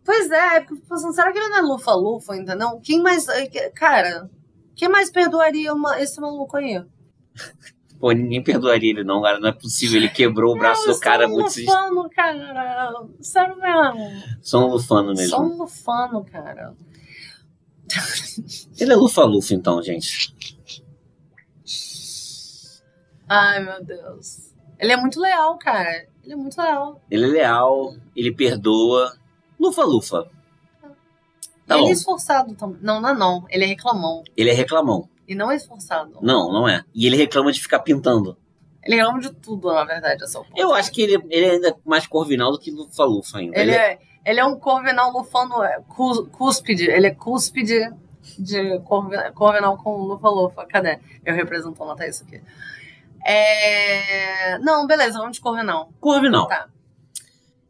Pois é, é porque eu fico pensando, será que ele não é lufa-lufa, entendeu? Quem mais. eh, que- Cara, quem mais perdoaria uma- esse maluco aí? Pô, ninguém perdoaria ele, não, cara. Não é possível. Ele quebrou o braço do cara sou um muito. lufano, cara. Sério mesmo. Só um lufano mesmo. Sou um lufano, cara. Ele é lufa-lufa, então, gente. Ai, meu Deus. Ele é muito leal, cara. Ele é muito leal. Ele é leal, ele perdoa. Lufa-lufa. Tá ele bom. é esforçado também. Não, não, é não. Ele é reclamão. Ele é reclamão. E não é esforçado. Não, não é. E ele reclama de ficar pintando. Ele reclama de tudo, na verdade, essa Eu acho que ele, ele é ainda mais corvinal do que lufa-lufa ainda. Ele, Ele- é, Ele é um corvinal lufano é, cus- cúspide. Ele é cúspide de corvi- corvinal com lufa-lufa. Cadê? Eu represento o Natal isso aqui. É... Não, beleza, vamos de corvinal. Corvinal. Tá.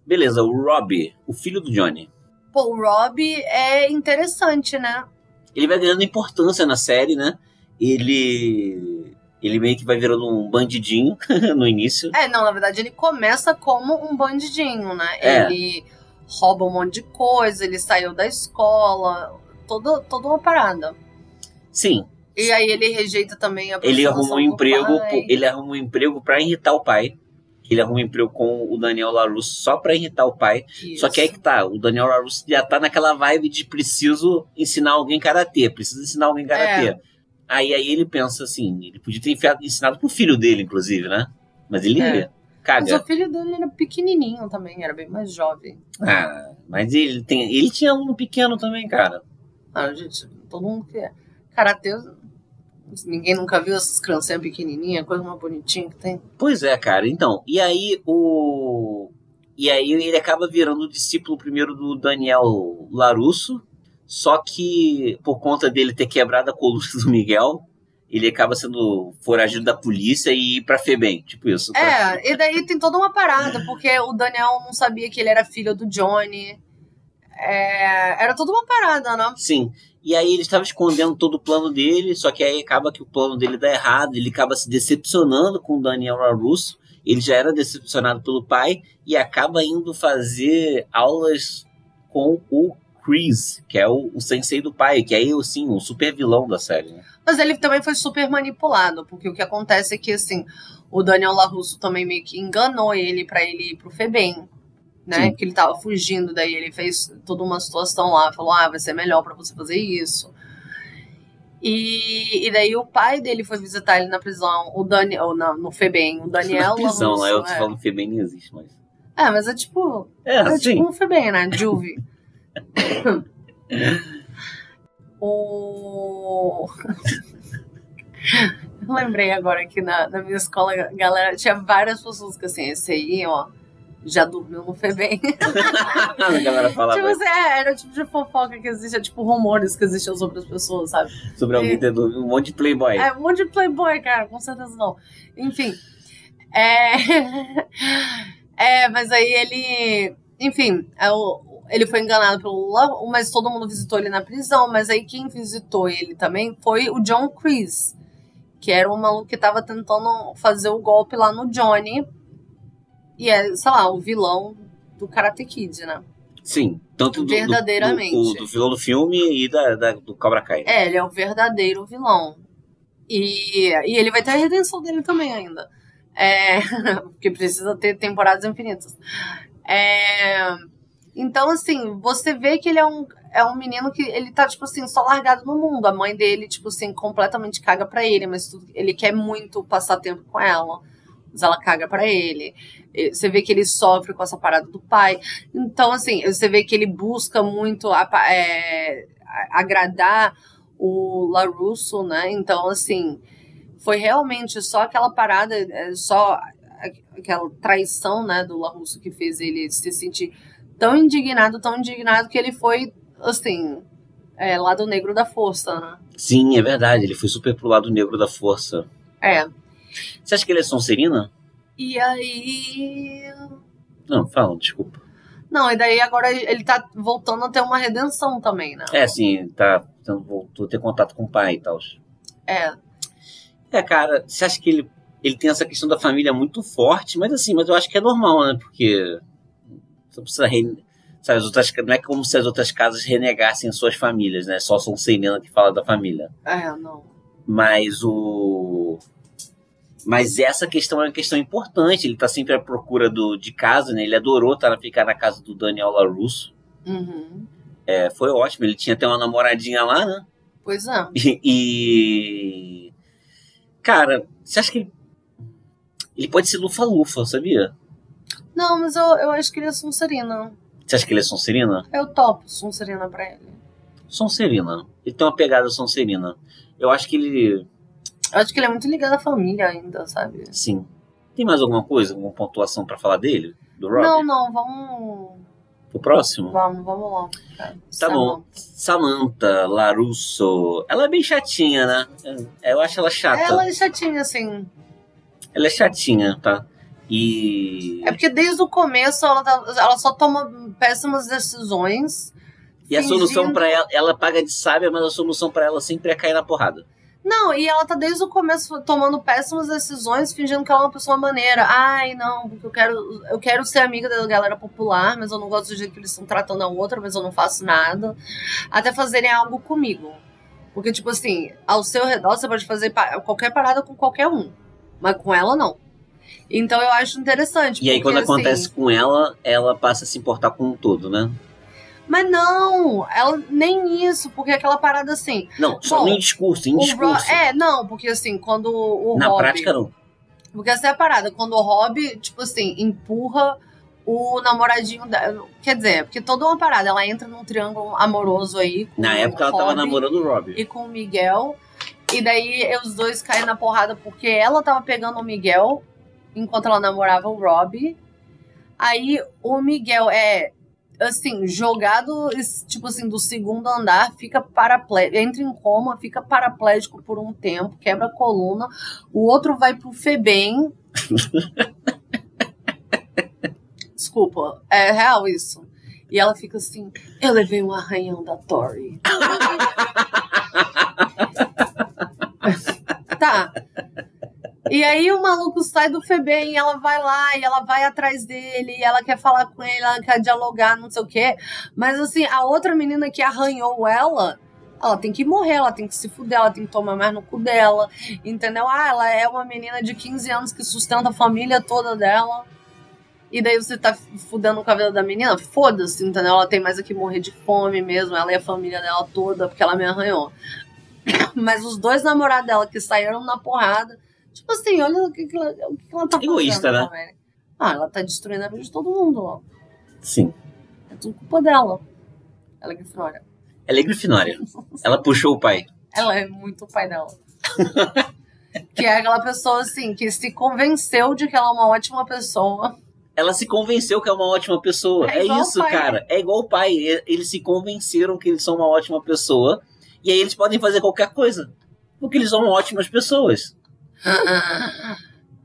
Beleza, o Rob, o filho do Johnny. Pô, o Rob é interessante, né? Ele vai ganhando importância na série, né? Ele. Ele meio que vai virando um bandidinho no início. É, não, na verdade ele começa como um bandidinho, né? É. Ele rouba um monte de coisa, ele saiu da escola, todo, toda uma parada. Sim, E aí ele rejeita também a ele aproximação arruma um do emprego. pai. po- Ele arruma um emprego pra irritar o pai. Ele arruma um emprego com o Daniel LaRusso só pra irritar o pai. Só que aí Isso. que tá, o Daniel LaRusso já tá naquela vibe de preciso ensinar alguém karatê, preciso ensinar alguém karatê. É. Aí, aí ele pensa assim, ele podia ter enfiado, ensinado pro filho dele, inclusive, né? Mas ele É. Mas caga. o filho dele era pequenininho também, era bem mais jovem. Ah, mas ele tem, ele tinha aluno pequeno também, cara. Ah, gente, todo mundo que é. Karatê, ninguém nunca viu essas criancinhas pequenininhas, coisa mais bonitinha que tem. Pois é, cara. Então, e aí o e aí ele acaba virando o discípulo primeiro do Daniel Larusso, só que por conta dele ter quebrado a coluna do Miguel, ele acaba sendo foragido da polícia e ir pra Febem, tipo isso. pra- É, e daí tem toda uma parada, porque o Daniel não sabia que ele era filho do Johnny. É, era toda uma parada, né? Sim. E aí ele estava escondendo todo o plano dele, só que aí acaba que o plano dele dá errado, ele acaba se decepcionando com o Daniel LaRusso, ele já era decepcionado pelo pai e acaba indo fazer aulas com o Chris, que é o, o sensei do pai, que é eu sim, o super vilão da série. né? Mas ele também foi super manipulado, porque o que acontece é que, assim, o Daniel LaRusso também meio que enganou ele pra ele ir pro Febem, né? Sim. Que ele tava fugindo, daí ele fez toda uma situação lá, falou, ah, vai ser melhor pra você fazer isso. E, e daí o pai dele foi visitar ele na prisão, o Daniel, na, no Febem, o Daniel prisão, né? LaRusso. Eu tô falando Febem nem existe, mas. é. é, mas é tipo, É, é, sim. tipo um Febem, né? Juve. o... Eu Lembrei agora que na, na minha escola, a galera, tinha várias pessoas que assim, esse aí, ó, já dormiu no Febem. A galera né, falava tipo, assim, é, era o tipo de fofoca que existe, é tipo rumores que existiam sobre as pessoas, sabe? sobre alguém ter dormido, um monte de playboy. É, um monte de playboy, cara, com certeza não. Enfim. É, é mas aí ele. Enfim, é o- ele foi enganado pelo Love, mas todo mundo visitou ele na prisão. Mas aí quem visitou ele também foi o John Chris, que era um maluco que tava tentando fazer o golpe lá no Johnny. E é, sei lá, o vilão do Karate Kid, né? Sim, tanto do, do, Verdadeiramente. do, do vilão do filme e da, da- do Cobra Kai. É, ele é o verdadeiro vilão. E, e ele vai ter a redenção dele também ainda. É, porque precisa ter temporadas infinitas. É, então, assim, você vê que ele é um, é um menino que ele tá, tipo assim, só largado no mundo. A mãe dele, tipo assim, completamente caga pra ele, mas tudo- ele quer muito passar tempo com ela. Mas ela caga pra ele. E Você vê que ele sofre com essa parada do pai. Então, assim, você vê que ele busca muito a pa- é, a- agradar o LaRusso, né? Então, assim, foi realmente só aquela parada, é, só a- aquela traição, né, do LaRusso que fez ele se sentir tão indignado, tão indignado que ele foi, assim, é, lado negro da força, né? Sim, é verdade, ele foi super pro lado negro da força. É. Você acha que ele é Sonserina? E aí. Não, fala, desculpa. Não, e daí agora ele tá voltando a ter uma redenção também, né? É, sim, tá. Então, voltou a ter contato com o pai e tal. É. É, cara, você acha que ele, ele tem essa questão da família muito forte, mas assim, mas eu acho que é normal, né? Porque. Você não precisa. Rene... Sabe, as outras, não é como se as outras casas renegassem suas famílias, né? Só Sonserina que fala da família. É, não. Mas o. Mas essa questão é uma questão importante. Ele tá sempre à procura do, de casa, né? Ele adorou tá, ficar na casa do Daniel LaRusso. Uhum. É, foi ótimo. Ele tinha até uma namoradinha lá, né? Pois é. E. e- Cara, você acha que ele. Ele pode ser lufa-lufa, sabia? Não, mas eu, eu acho que ele é Sonserina. Você acha que ele é Sonserina? Eu topo Sonserina pra ele. Sonserina. Ele tem uma pegada Sonserina. Eu acho que ele. Eu acho que ele é muito ligado à família ainda, sabe? Sim. Tem mais alguma coisa, alguma pontuação pra falar dele? Do Rob? Não, não, vamos. pro próximo? Vamos, vamos lá. cara. Tá bom. Samantha Larusso. Ela é bem chatinha, né? É, Eu acho ela chata. Ela é chatinha, assim. Ela é chatinha, tá? E. É porque desde o começo ela, tá- ela só toma péssimas decisões. E a solução fingindo- pra ela, ela paga de sábia, mas a solução pra ela sempre é cair na porrada. Não, e ela tá desde o começo tomando péssimas decisões, fingindo que ela é uma pessoa maneira. Ai, não, porque eu quero, eu quero ser amiga da galera popular, mas eu não gosto do jeito que eles estão tratando a outra, mas eu não faço nada. Até fazerem algo comigo. Porque, tipo assim, ao seu redor você pode fazer pa- qualquer parada com qualquer um, mas com ela não. Então eu acho interessante. E aí, porque, quando acontece assim, com ela, ela passa a se importar com o todo, né? Mas não, ela nem isso, porque aquela parada assim. Não, só Bom, em discurso, em o Ro- discurso. É, não, porque assim, quando o Na Rob- prática, não. Porque essa é a parada, quando o Rob, tipo assim, empurra o namoradinho dela. Quer dizer, é porque toda uma parada, ela entra num triângulo amoroso aí. com Na o época, ela tava Rob namorando o Rob. E com o Miguel. E daí os dois caem na porrada porque ela tava pegando o Miguel enquanto ela namorava o Rob. Aí o Miguel é, assim, jogado, es- tipo assim, do segundo andar, fica paraplégico, entra em coma, fica paraplégico por um tempo, quebra a coluna. O outro vai pro Febem. Desculpa, é real isso. E ela fica assim, eu levei um arranhão da Tori. tá. E aí o maluco sai do Febem e ela vai lá e ela vai atrás dele, e ela quer falar com ele, ela quer dialogar, não sei o quê. Mas assim, a outra menina que arranhou ela, ela tem que morrer, ela tem que se fuder, ela tem que tomar mais no cu dela, entendeu? Ah, ela é uma menina de 15 anos que sustenta a família toda dela. E daí você tá fudendo com a vida da menina? Foda-se, entendeu? Ela tem mais aqui morrer de fome mesmo, ela e a família dela toda, porque ela me arranhou. Mas os dois namorados dela que saíram na porrada. Tipo assim, olha o que, que ela, o que que ela tá fazendo. Egoísta, né? também. Ah, ela tá destruindo a vida de todo mundo, ó. Sim. É tudo culpa dela. Ela é Grifinória. Ela é grifinória. Ela puxou o pai. Ela é muito o pai dela. que é aquela pessoa, assim, que se convenceu de que ela é uma ótima pessoa. Ela se convenceu que é uma ótima pessoa. É É, igual o isso, pai. cara. É igual o pai. E- Eles se convenceram que eles são uma ótima pessoa. E aí eles podem fazer qualquer coisa. Porque eles são ótimas pessoas.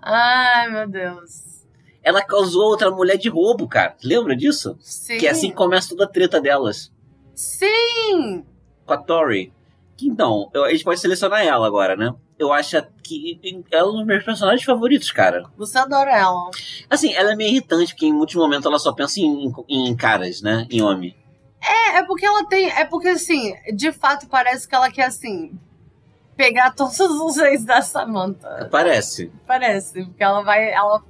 Ai, meu Deus. Ela causou outra mulher de roubo, cara. Lembra disso? Sim. Que é assim que começa toda a treta delas. Sim! Com a Tori. Que, Então, eu- a gente pode selecionar ela agora, né? Eu acho que ela é um dos meus personagens favoritos, cara. Você adora ela. Assim, ela é meio irritante, porque em muitos momentos ela só pensa em, em caras, né? Em homem. É, é porque ela tem. É porque, assim, de fato parece que ela quer, assim, pegar todos os ex da Samantha. Parece. Parece, porque ela vai. Ela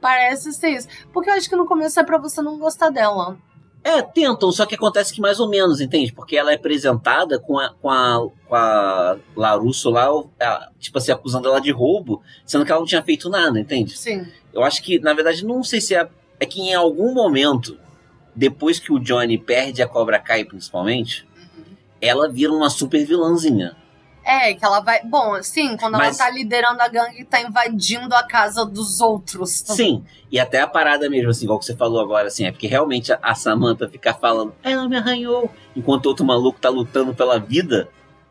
parece ser isso. Porque eu acho que no começo é pra você não gostar dela. É, tentam, só que acontece que mais ou menos, entende? Porque ela é apresentada com a, com a, com a Larusso lá, a- tipo assim, acusando ela de roubo, sendo que ela não tinha feito nada, entende? Sim. Eu acho que, na verdade, não sei se é. É que em algum momento, depois que o Johnny perde a Cobra Kai, principalmente, ela vira uma super vilãzinha. É, que ela vai. Bom, sim, quando Mas- ela tá liderando a gangue e tá invadindo a casa dos outros. Sim, e até a parada mesmo, assim, igual que você falou agora, assim, é porque realmente a, a Samantha fica falando, ela me arranhou, enquanto outro maluco tá lutando pela vida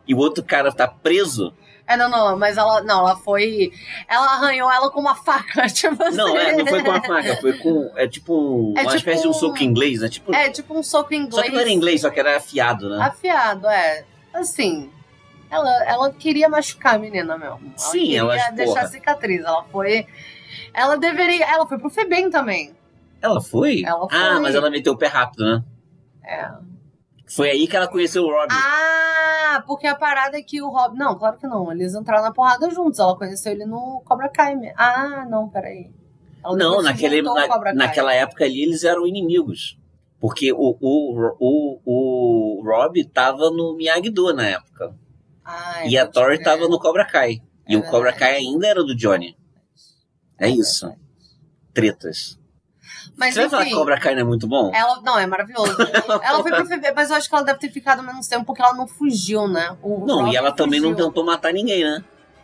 e o outro cara tá preso. É, não, não, mas ela. Não, ela foi. Ela arranhou ela com uma faca, tipo assim. Não, é, não foi com a faca, foi com. É tipo um- É uma tipo espécie de um- um soco inglês, né? Tipo, É, tipo um soco em inglês. só que não era inglês, só que era afiado, né? Afiado, é. Assim. Ela, ela queria machucar a menina mesmo. Ela Sim, queria ela- deixar porra. cicatriz. Ela foi. Ela deveria. Ela foi pro Febem também. Ela foi? Ela Ah, foi. mas ela meteu o pé rápido, né? É. Foi aí que ela conheceu o Robbie. Ah, porque a parada é que o Rob. Não, claro que não. Eles entraram na porrada juntos. Ela conheceu ele no Cobra Kai. mesmo. Ah, não, peraí. Ela Não, depois naquele, voltou ao na- Cobra Kai. naquela época ali eles eram inimigos. Porque o, o, o, o Rob tava no Miyagi-Do na época. Ah, e a pode Tori crer. tava no Cobra Kai. E É o Cobra verdade. Kai ainda era do Johnny. É isso. Tretas. Mas Você vai falar enfim, que Cobra Kai não é muito bom? ela. Não, é maravilhoso. ela foi pro FB, mas eu acho que ela deve ter ficado menos tempo porque ela não fugiu, né? O não, Rob e ela também não fugiu. tentou matar ninguém, né?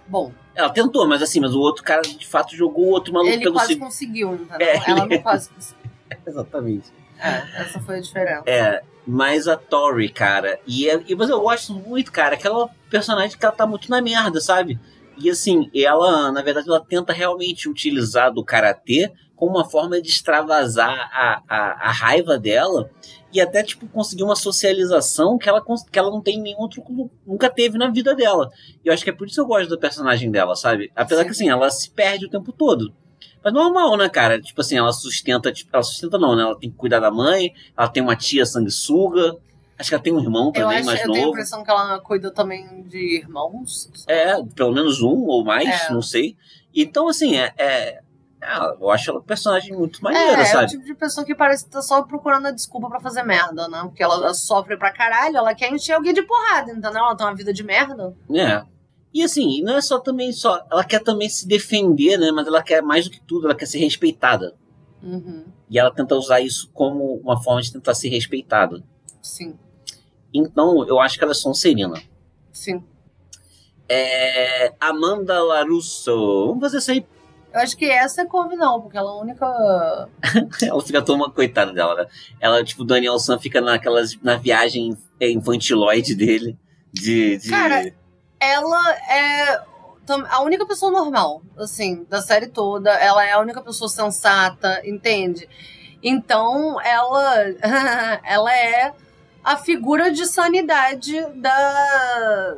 Bom, Ela tentou, mas assim, mas o outro cara de fato jogou o outro maluco ele pelo quase segundo. conseguiu, entendeu? É, ela ele- não quase conseguiu. Exatamente. É, essa foi a diferença. É, mas a Tori, cara. E, é, e mas eu gosto muito, cara. Aquela personagem que ela tá muito na merda, sabe? E assim, ela, na verdade, ela tenta realmente utilizar do karatê como uma forma de extravasar a, a, a raiva dela e até, tipo, conseguir uma socialização que ela, cons- que ela não tem em nenhum outro, clube, nunca teve na vida dela. E eu acho que é por isso que eu gosto do personagem dela, sabe? Apesar que, assim, ela se perde o tempo todo. Mas normal, né, cara? Tipo assim, ela sustenta, tipo, ela sustenta não, né? Ela tem que cuidar da mãe, ela tem uma tia sanguessuga, acho que ela tem um irmão Eu também acho, mais eu tenho a novo. impressão que ela cuida também de irmãos. É, pelo menos um ou mais, É. não sei. Então, assim, é, é- ah, eu acho ela um personagem muito maneira, É, é o sabe? tipo de pessoa que parece que tá só procurando a desculpa pra fazer merda, né? Porque ela sofre pra caralho, ela quer encher alguém de porrada, entendeu? Ela tem uma vida de merda. É. E assim, não é só também só. Ela quer também se defender, né? Mas ela quer mais do que tudo, ela quer ser respeitada. Uhum, E ela tenta usar isso como uma forma de tentar ser respeitada. sim, Então, eu acho que ela é Sonserina. sim. É. Amanda Larusso. Vamos fazer isso aí. Eu acho que essa é couve não, porque ela é a única... Ela fica toma coitada dela, né? Ela, tipo, o Daniel San fica naquelas, na viagem é, infantiloide dele. De, de- Cara, Ela é tam- a única pessoa normal, assim, da série toda. Ela é a única pessoa sensata, entende? Então, ela, ela é a figura de sanidade da,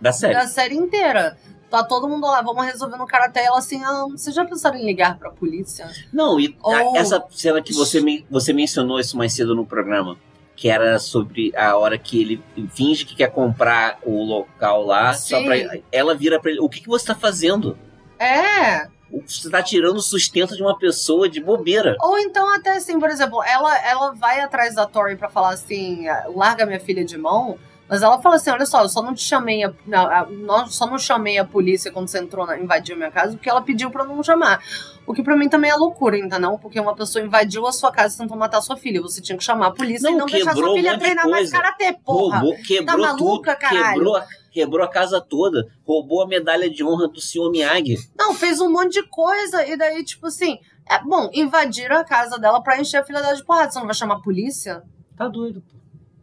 da série. da série inteira. Tá todo mundo lá, vamos resolver no karatê. Ela assim, ah, vocês já pensaram em ligar pra polícia? Não, e a- Ou- essa cena que você, men- você mencionou isso mais cedo no programa, que era sobre a hora que ele finge que quer comprar o local lá, só Sim. pra, ela vira pra ele, o que, que você tá fazendo? É. O- Você tá tirando o sustento de uma pessoa de bobeira. Ou então, até assim, por exemplo, ela, ela vai atrás da Tori pra falar assim: ah, larga minha filha de mão. Mas ela fala assim: olha só, eu só não te chamei, a, não, a- não- só não chamei a polícia quando você entrou, na, invadiu minha casa, porque ela pediu pra eu não chamar. O que pra mim também é loucura, entendeu? Porque uma pessoa invadiu a sua casa e tentou matar sua filha. Você tinha que chamar a polícia Não, e não deixar quebrou sua um filha monte de treinar mais coisa. karatê, porra. roubou, quebrou tá maluca, tudo, caralho? quebrou, a- quebrou a casa toda, roubou a medalha de honra do senhor Miyagi. Não, fez um monte de coisa e daí, tipo assim. É, bom, invadiram a casa dela pra encher a filha dela de porrada. Você não vai chamar a polícia? Tá doido, pô.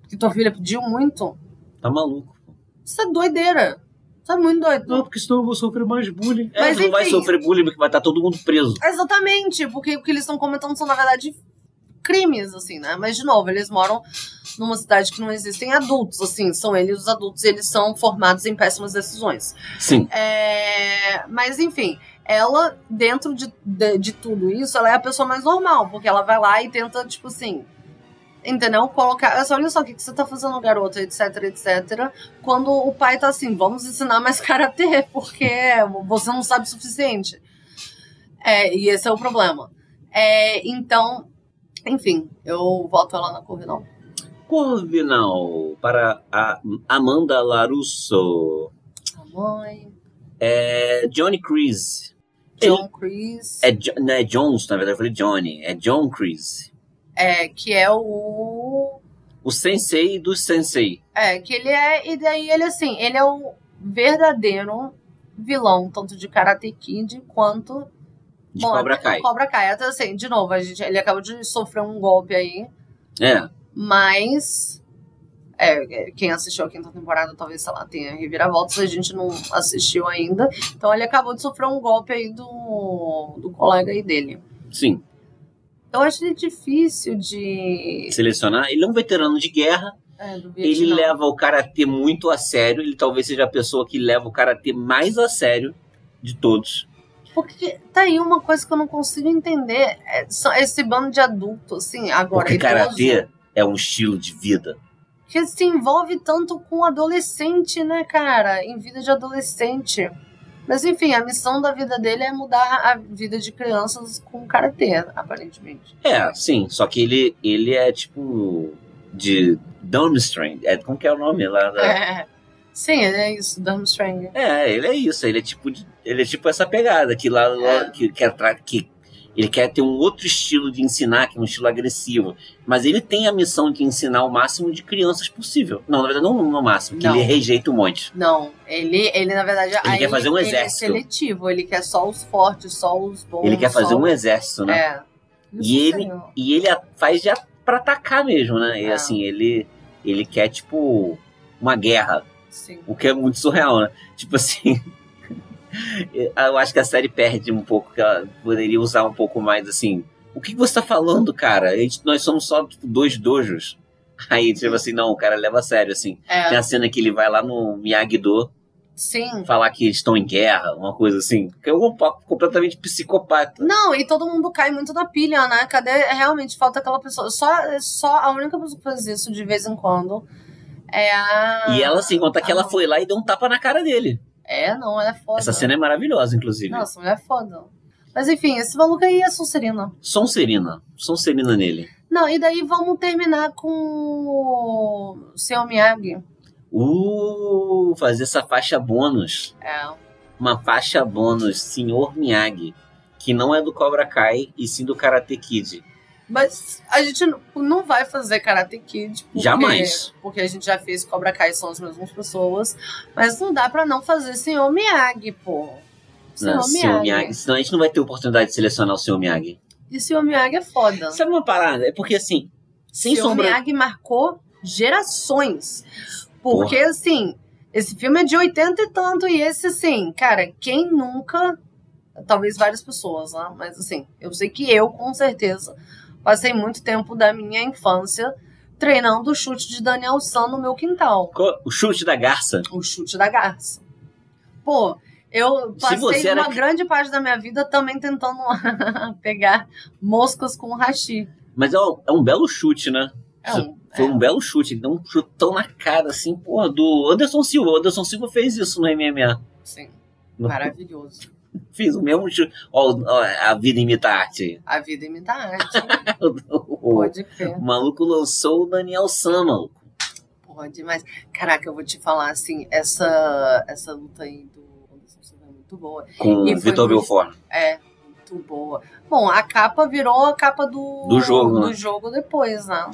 Que tua filha pediu muito? Tá maluco. pô. Isso é doideira. Isso é muito doido. porque senão eu vou sofrer mais bullying. É, Mas você não vai enfim. sofrer bullying porque vai estar todo mundo preso. Exatamente, porque o que eles estão comentando são, na verdade, crimes, assim, né? Mas, de novo, eles moram numa cidade que não existem adultos, assim. São eles os adultos e eles são formados em péssimas decisões. Sim. É, mas enfim, ela, dentro de, de, de tudo isso, ela é a pessoa mais normal, porque ela vai lá e tenta, tipo assim. Entendeu? Colocar. "Nossa, Olha só o que, que você tá fazendo, garota, etc, etc. Quando o pai tá assim, vamos ensinar mais karatê, porque você não sabe o suficiente. É, e esse é o problema. É, então, enfim, eu volto ela na corrida. Corvinal para a Amanda Larusso. A mãe, É Johnny Crease. Ele- John Chris, É, Jo- não é Jones, na verdade, eu falei Johnny. É John Crease. é, que é o O sensei do sensei. É, que ele é. E daí ele, assim, ele é o verdadeiro vilão, tanto de Karate Kid quanto. De bom, Cobra até- Kai. Cobra Kai. Até assim, de novo, a gente, ele acabou de sofrer um golpe aí, É. mas. É, é, quem assistiu a quinta temporada talvez, sei lá, tenha reviravoltas, a gente não assistiu ainda. Então ele acabou de sofrer um golpe aí do, do colega aí dele. Sim. Eu acho ele difícil de. Selecionar. Ele é um veterano de guerra. É, do Ele Vietnã. leva o karatê muito a sério. Ele talvez seja a pessoa que leva o karatê mais a sério de todos. Porque tá aí uma coisa que eu não consigo entender. É, só esse bando de adulto, assim, agora Porque idoso, karatê é um estilo de vida. que se envolve tanto com adolescente, né, cara? Em vida de adolescente. Mas enfim, a missão da vida dele é mudar a vida de crianças com karatê, aparentemente. É, sim. Só que ele, ele é tipo. De Durmstrang. É, como que é o nome lá? da- É. Sim, é isso, Durmstrang. É, ele é isso, ele é tipo, de- ele é tipo essa pegada, que lá, É. lá- que, que, atra- que ele quer ter um outro estilo de ensinar, que é um estilo agressivo. Mas ele tem a missão de ensinar o máximo de crianças possível. Não, na verdade, não no máximo, que Não. ele rejeita um monte. Não, ele, ele na verdade. aí quer fazer um ele exército. é seletivo, ele quer só os fortes, só os bons. Ele quer fazer só... um exército, né? É. Isso, E ele- senhor. E ele a- faz já pra atacar mesmo, né? E É. assim, ele, ele quer, tipo, uma guerra. Sim. O que é muito surreal, né? Tipo assim. eu acho que a série perde um pouco, que ela poderia usar um pouco mais assim. O que que você tá falando, cara? A gente- nós somos só tipo, dois dojos. Aí, tipo assim, não, o cara leva a sério, assim. Tem É, a cena que ele vai lá no Miyagi-Do sim. falar que eles estão em guerra, uma coisa assim. Que é um papo completamente psicopata. Não, e todo mundo cai muito na pilha, né? Cadê? é, Realmente falta aquela pessoa. Só, só a única pessoa que faz isso de vez em quando é a. E ela, assim, conta que ela Ah. foi lá e deu um tapa na cara dele. É, não, ela é foda. Essa cena é maravilhosa, inclusive. Não, essa mulher é foda. Mas enfim, esse maluco aí é Sonserina. Sonserina. Sonserina nele. Não, e daí vamos terminar com o seu Miyagi. Uh, fazer essa faixa bônus. É. Uma faixa bônus, Senhor Miyagi. Que não é do Cobra Kai e sim do Karate Kid. né? Mas a gente não- não vai fazer Karate Kid. Porque, Jamais. Porque a gente já fez Cobra Kai, são as mesmas pessoas. Mas não dá pra não fazer Senhor Miyagi, pô. Senhor, Né? Miyagi. Senão a gente não vai ter oportunidade de selecionar o Senhor Miyagi. E Senhor Miyagi é foda. Sabe uma parada? É porque assim, sem Senhor sombra. Miyagi marcou gerações. Porque, assim, esse filme é de 80 e tanto, e esse, assim, cara, quem nunca. Talvez várias pessoas, né? Mas, assim, eu sei que eu, com certeza, passei muito tempo da minha infância treinando o chute de Daniel San no meu quintal Co- O chute da garça. o chute da garça. Pô, eu Se passei você era uma cri- grande parte da minha vida também tentando pegar moscas com hashi. Mas é um, é um belo chute, né? É um- Foi um belo chute. Ele deu um chutão na cara, assim, porra, do Anderson Silva. O Anderson Silva fez isso no MMA. Sim, No- maravilhoso. Fiz o mesmo chute. Ó, ó, a vida imita a arte. A vida imita a arte. O, Pode crer. maluco lançou o Daniel San, maluco. Pode, mas. Caraca, eu vou te falar assim, essa, essa luta aí do Anderson Silva é muito boa. Com E o foi Vitor muito- Belfort. É, muito boa. Bom, a capa virou a capa do, Do jogo, do né? jogo depois, né?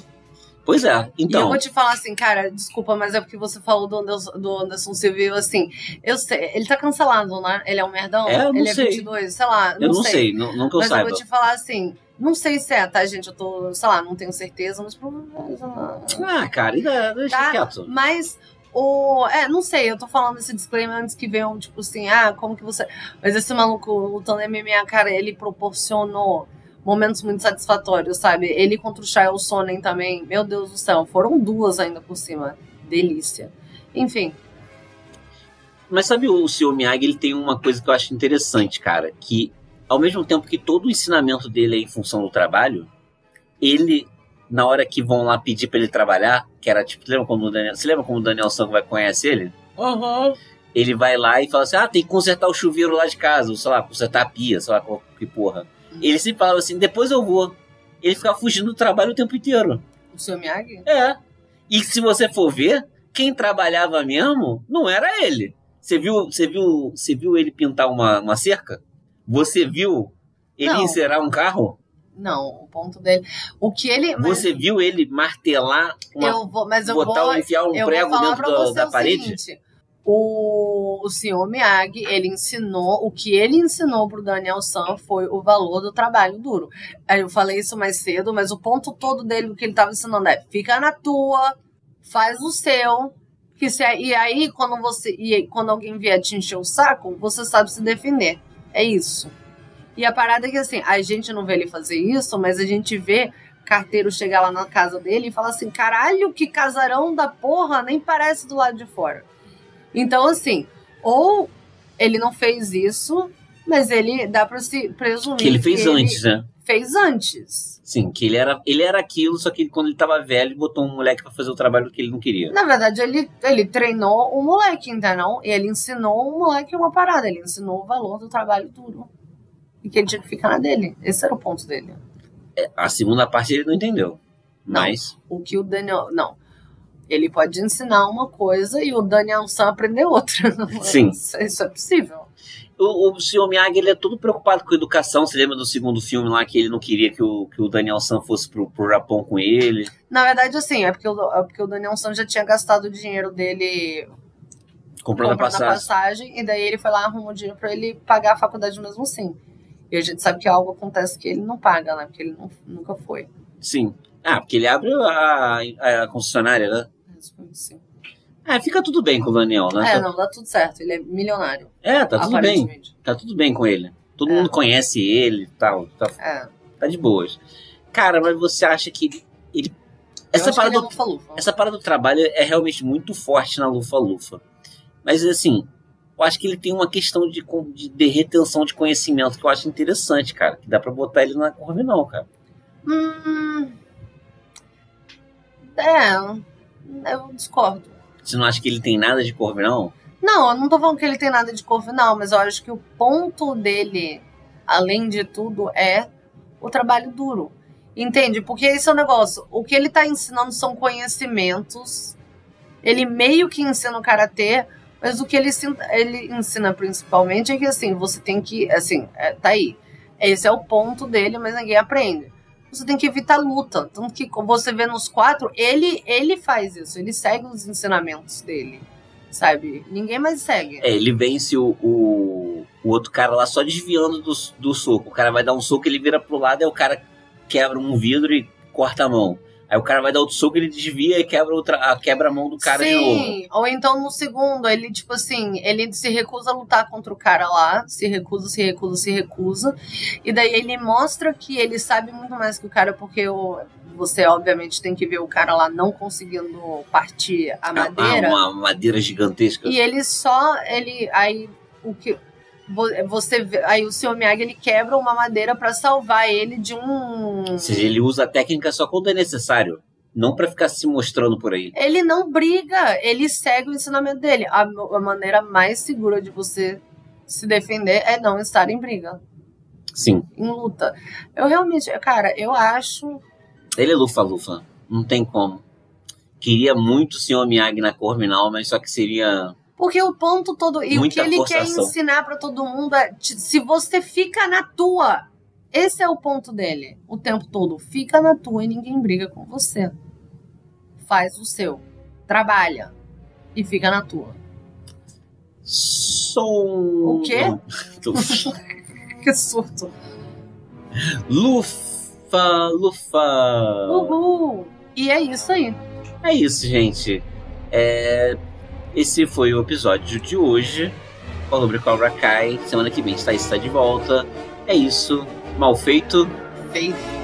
Pois é, E eu então. vou te falar assim, cara, desculpa, mas é porque você falou do Anderson, do Anderson Silva e eu, assim. Eu sei, ele tá cancelado, né? Ele é um merdão? É, eu não ele sei. é 22, sei lá. Eu não sei, não, não que eu mas saiba. eu vou te falar assim, não sei se é, tá, gente? Eu tô, sei lá, não tenho certeza, mas provavelmente. é, né? Ah, cara, ainda, deixa Tá. quieto. Mas o. É, não sei, eu tô falando esse disclaimer antes que venham, tipo assim, ah, como que você. Mas esse maluco lutando MMA, cara, ele proporcionou momentos muito satisfatórios, sabe? Ele contra o Shael Sonnen também, meu Deus do céu, foram duas ainda por cima. Delícia. Enfim, Mas sabe, o Sr. Miyagi, ele tem uma coisa que eu acho interessante, cara, que ao mesmo tempo que todo o ensinamento dele é em função do trabalho, ele, na hora que vão lá pedir pra ele trabalhar, que era tipo, lembra como o Daniel, você lembra como o Daniel Sango vai conhecer ele? Ele vai lá e fala assim, ah, tem que consertar o chuveiro lá de casa, ou sei lá, consertar a pia, sei lá, qual- que porra. Ele sempre fala assim, depois eu vou. Ele fica fugindo do trabalho o tempo inteiro. o seu Miyagi? É. E se você for ver, quem trabalhava mesmo não era ele. Você viu, você viu, você viu ele pintar uma, uma cerca? Você viu ele Não. encerar um carro? Não, o ponto dele. O que ele. Mas Você viu ele martelar uma, eu vou, mas eu botar vou, um- enfiar um eu prego vou falar dentro pra da, você da o parede? Seguinte, o, o senhor Miyagi, ele ensinou, o que ele ensinou pro Daniel San foi o valor do trabalho duro. Aí Eu falei isso mais cedo, mas o ponto todo dele, o que ele tava ensinando é, fica na tua, faz o seu, que se, é, e aí quando você, e aí, quando alguém vier te encher o saco, você sabe se defender. É isso. E a parada é que assim, a gente não vê ele fazer isso, mas a gente vê carteiro chegar lá na casa dele e falar assim: caralho, que casarão da porra, nem parece do lado de fora. Então, assim, ou ele não fez isso, mas ele dá pra se presumir que ele fez que ele antes, né? fez antes. Sim, que ele era, ele era aquilo, só que quando ele tava velho, botou um moleque pra fazer o trabalho que ele não queria. Na verdade, ele, ele treinou o moleque, entendeu? Ele ensinou o moleque uma parada, ele ensinou o valor do trabalho duro. E que ele tinha que ficar na dele. Esse era o ponto dele. A segunda parte ele não entendeu. Não. Mas O que o Daniel. Não. Ele pode ensinar uma coisa e o Daniel Sam aprender outra. Sim. Isso, isso é possível. o, o senhor Miyagi ele é todo preocupado com educação. Você lembra do segundo filme lá que ele não queria que o, que o Daniel San fosse pro, pro Japão com ele? Na verdade, assim, é porque, o, é porque o Daniel Sam já tinha gastado o dinheiro dele Comprando a comprando a passagem. passagem. E daí ele foi lá, arrumou dinheiro pra ele pagar a faculdade mesmo assim. E a gente sabe que algo acontece que ele não paga, né? Porque ele não- nunca foi. Sim. Ah, porque ele abre a, a concessionária, né? Mas foi assim. Ah, fica tudo bem com o Daniel, né? É, Tá- não, dá tudo certo. Ele é milionário. é, tá tudo bem. aparentemente. Tá tudo bem com ele. Todo É. mundo conhece ele e tal. Tá, É. Eu tá de boas. Cara, mas você acha que ele. ele- essa, acho que ele parada é do, lufa-lufa. essa parada do trabalho é realmente muito forte na Lufa-Lufa. Mas assim, eu acho que ele tem uma questão de, con- de, de retenção de conhecimento que eu acho interessante, cara. Que dá pra botar ele na curva, não, cara. Hum. É, eu discordo. Você não acha que ele tem nada de Corvinal? Não, eu não tô falando que ele tem nada de Corvinal, mas eu acho que o ponto dele, além de tudo, é o trabalho duro. Entende? Porque esse é o negócio. O que ele tá ensinando são conhecimentos. Ele meio que ensina o karatê, mas o que ele, ensin- ele ensina principalmente é que assim, você tem que. Assim, é, tá aí. Esse é o ponto dele, mas ninguém aprende. Você tem que evitar luta. Tanto que como você vê nos quatro, ele, ele faz isso, ele segue os ensinamentos dele sabe? Ninguém mais segue. É, ele vence o, o, o outro cara lá só desviando do, do soco. O cara vai dar um soco, ele vira pro lado, aí o cara quebra um vidro e corta a mão. Aí o cara vai dar outro soco, ele desvia e quebra, outra, a- quebra a mão do cara de novo. Sim, ou então no segundo, ele, tipo assim, ele se recusa a lutar contra o cara lá, se recusa, se recusa, se recusa. E daí ele mostra que ele sabe muito mais que o cara, porque o, você, obviamente, tem que ver o cara lá não conseguindo partir a Ah, madeira. ah, uma madeira gigantesca. E ele só, ele, aí o que vo- você vê- aí o seu Miyagi ele quebra uma madeira pra salvar ele de um Ou seja, ele usa a técnica só quando é necessário. Não pra ficar se mostrando por aí. Ele não briga, ele segue o ensinamento dele. A, mo- a maneira mais segura de você se defender é não estar em briga, Sim. em luta. Eu realmente, cara, eu acho. Ele é lufa-lufa. Não tem como. Queria muito o senhor Miyagi na Corvinal, mas só que seria. Porque o ponto todo. E Muita o que ele quer forçação. ensinar pra todo mundo é: te- se você fica na tua. Esse é o ponto dele. O tempo todo. Fica na tua e ninguém briga com você. Faz o seu. Trabalha. E fica na tua. Som. O quê? Tô- Que surto. Lufa, lufa. Uhul. E é isso aí. É isso, gente. É, Esse foi o episódio de hoje. Falou sobre Cobra Kai. Semana que vem está, está de volta. É isso. Mal feito. Feito.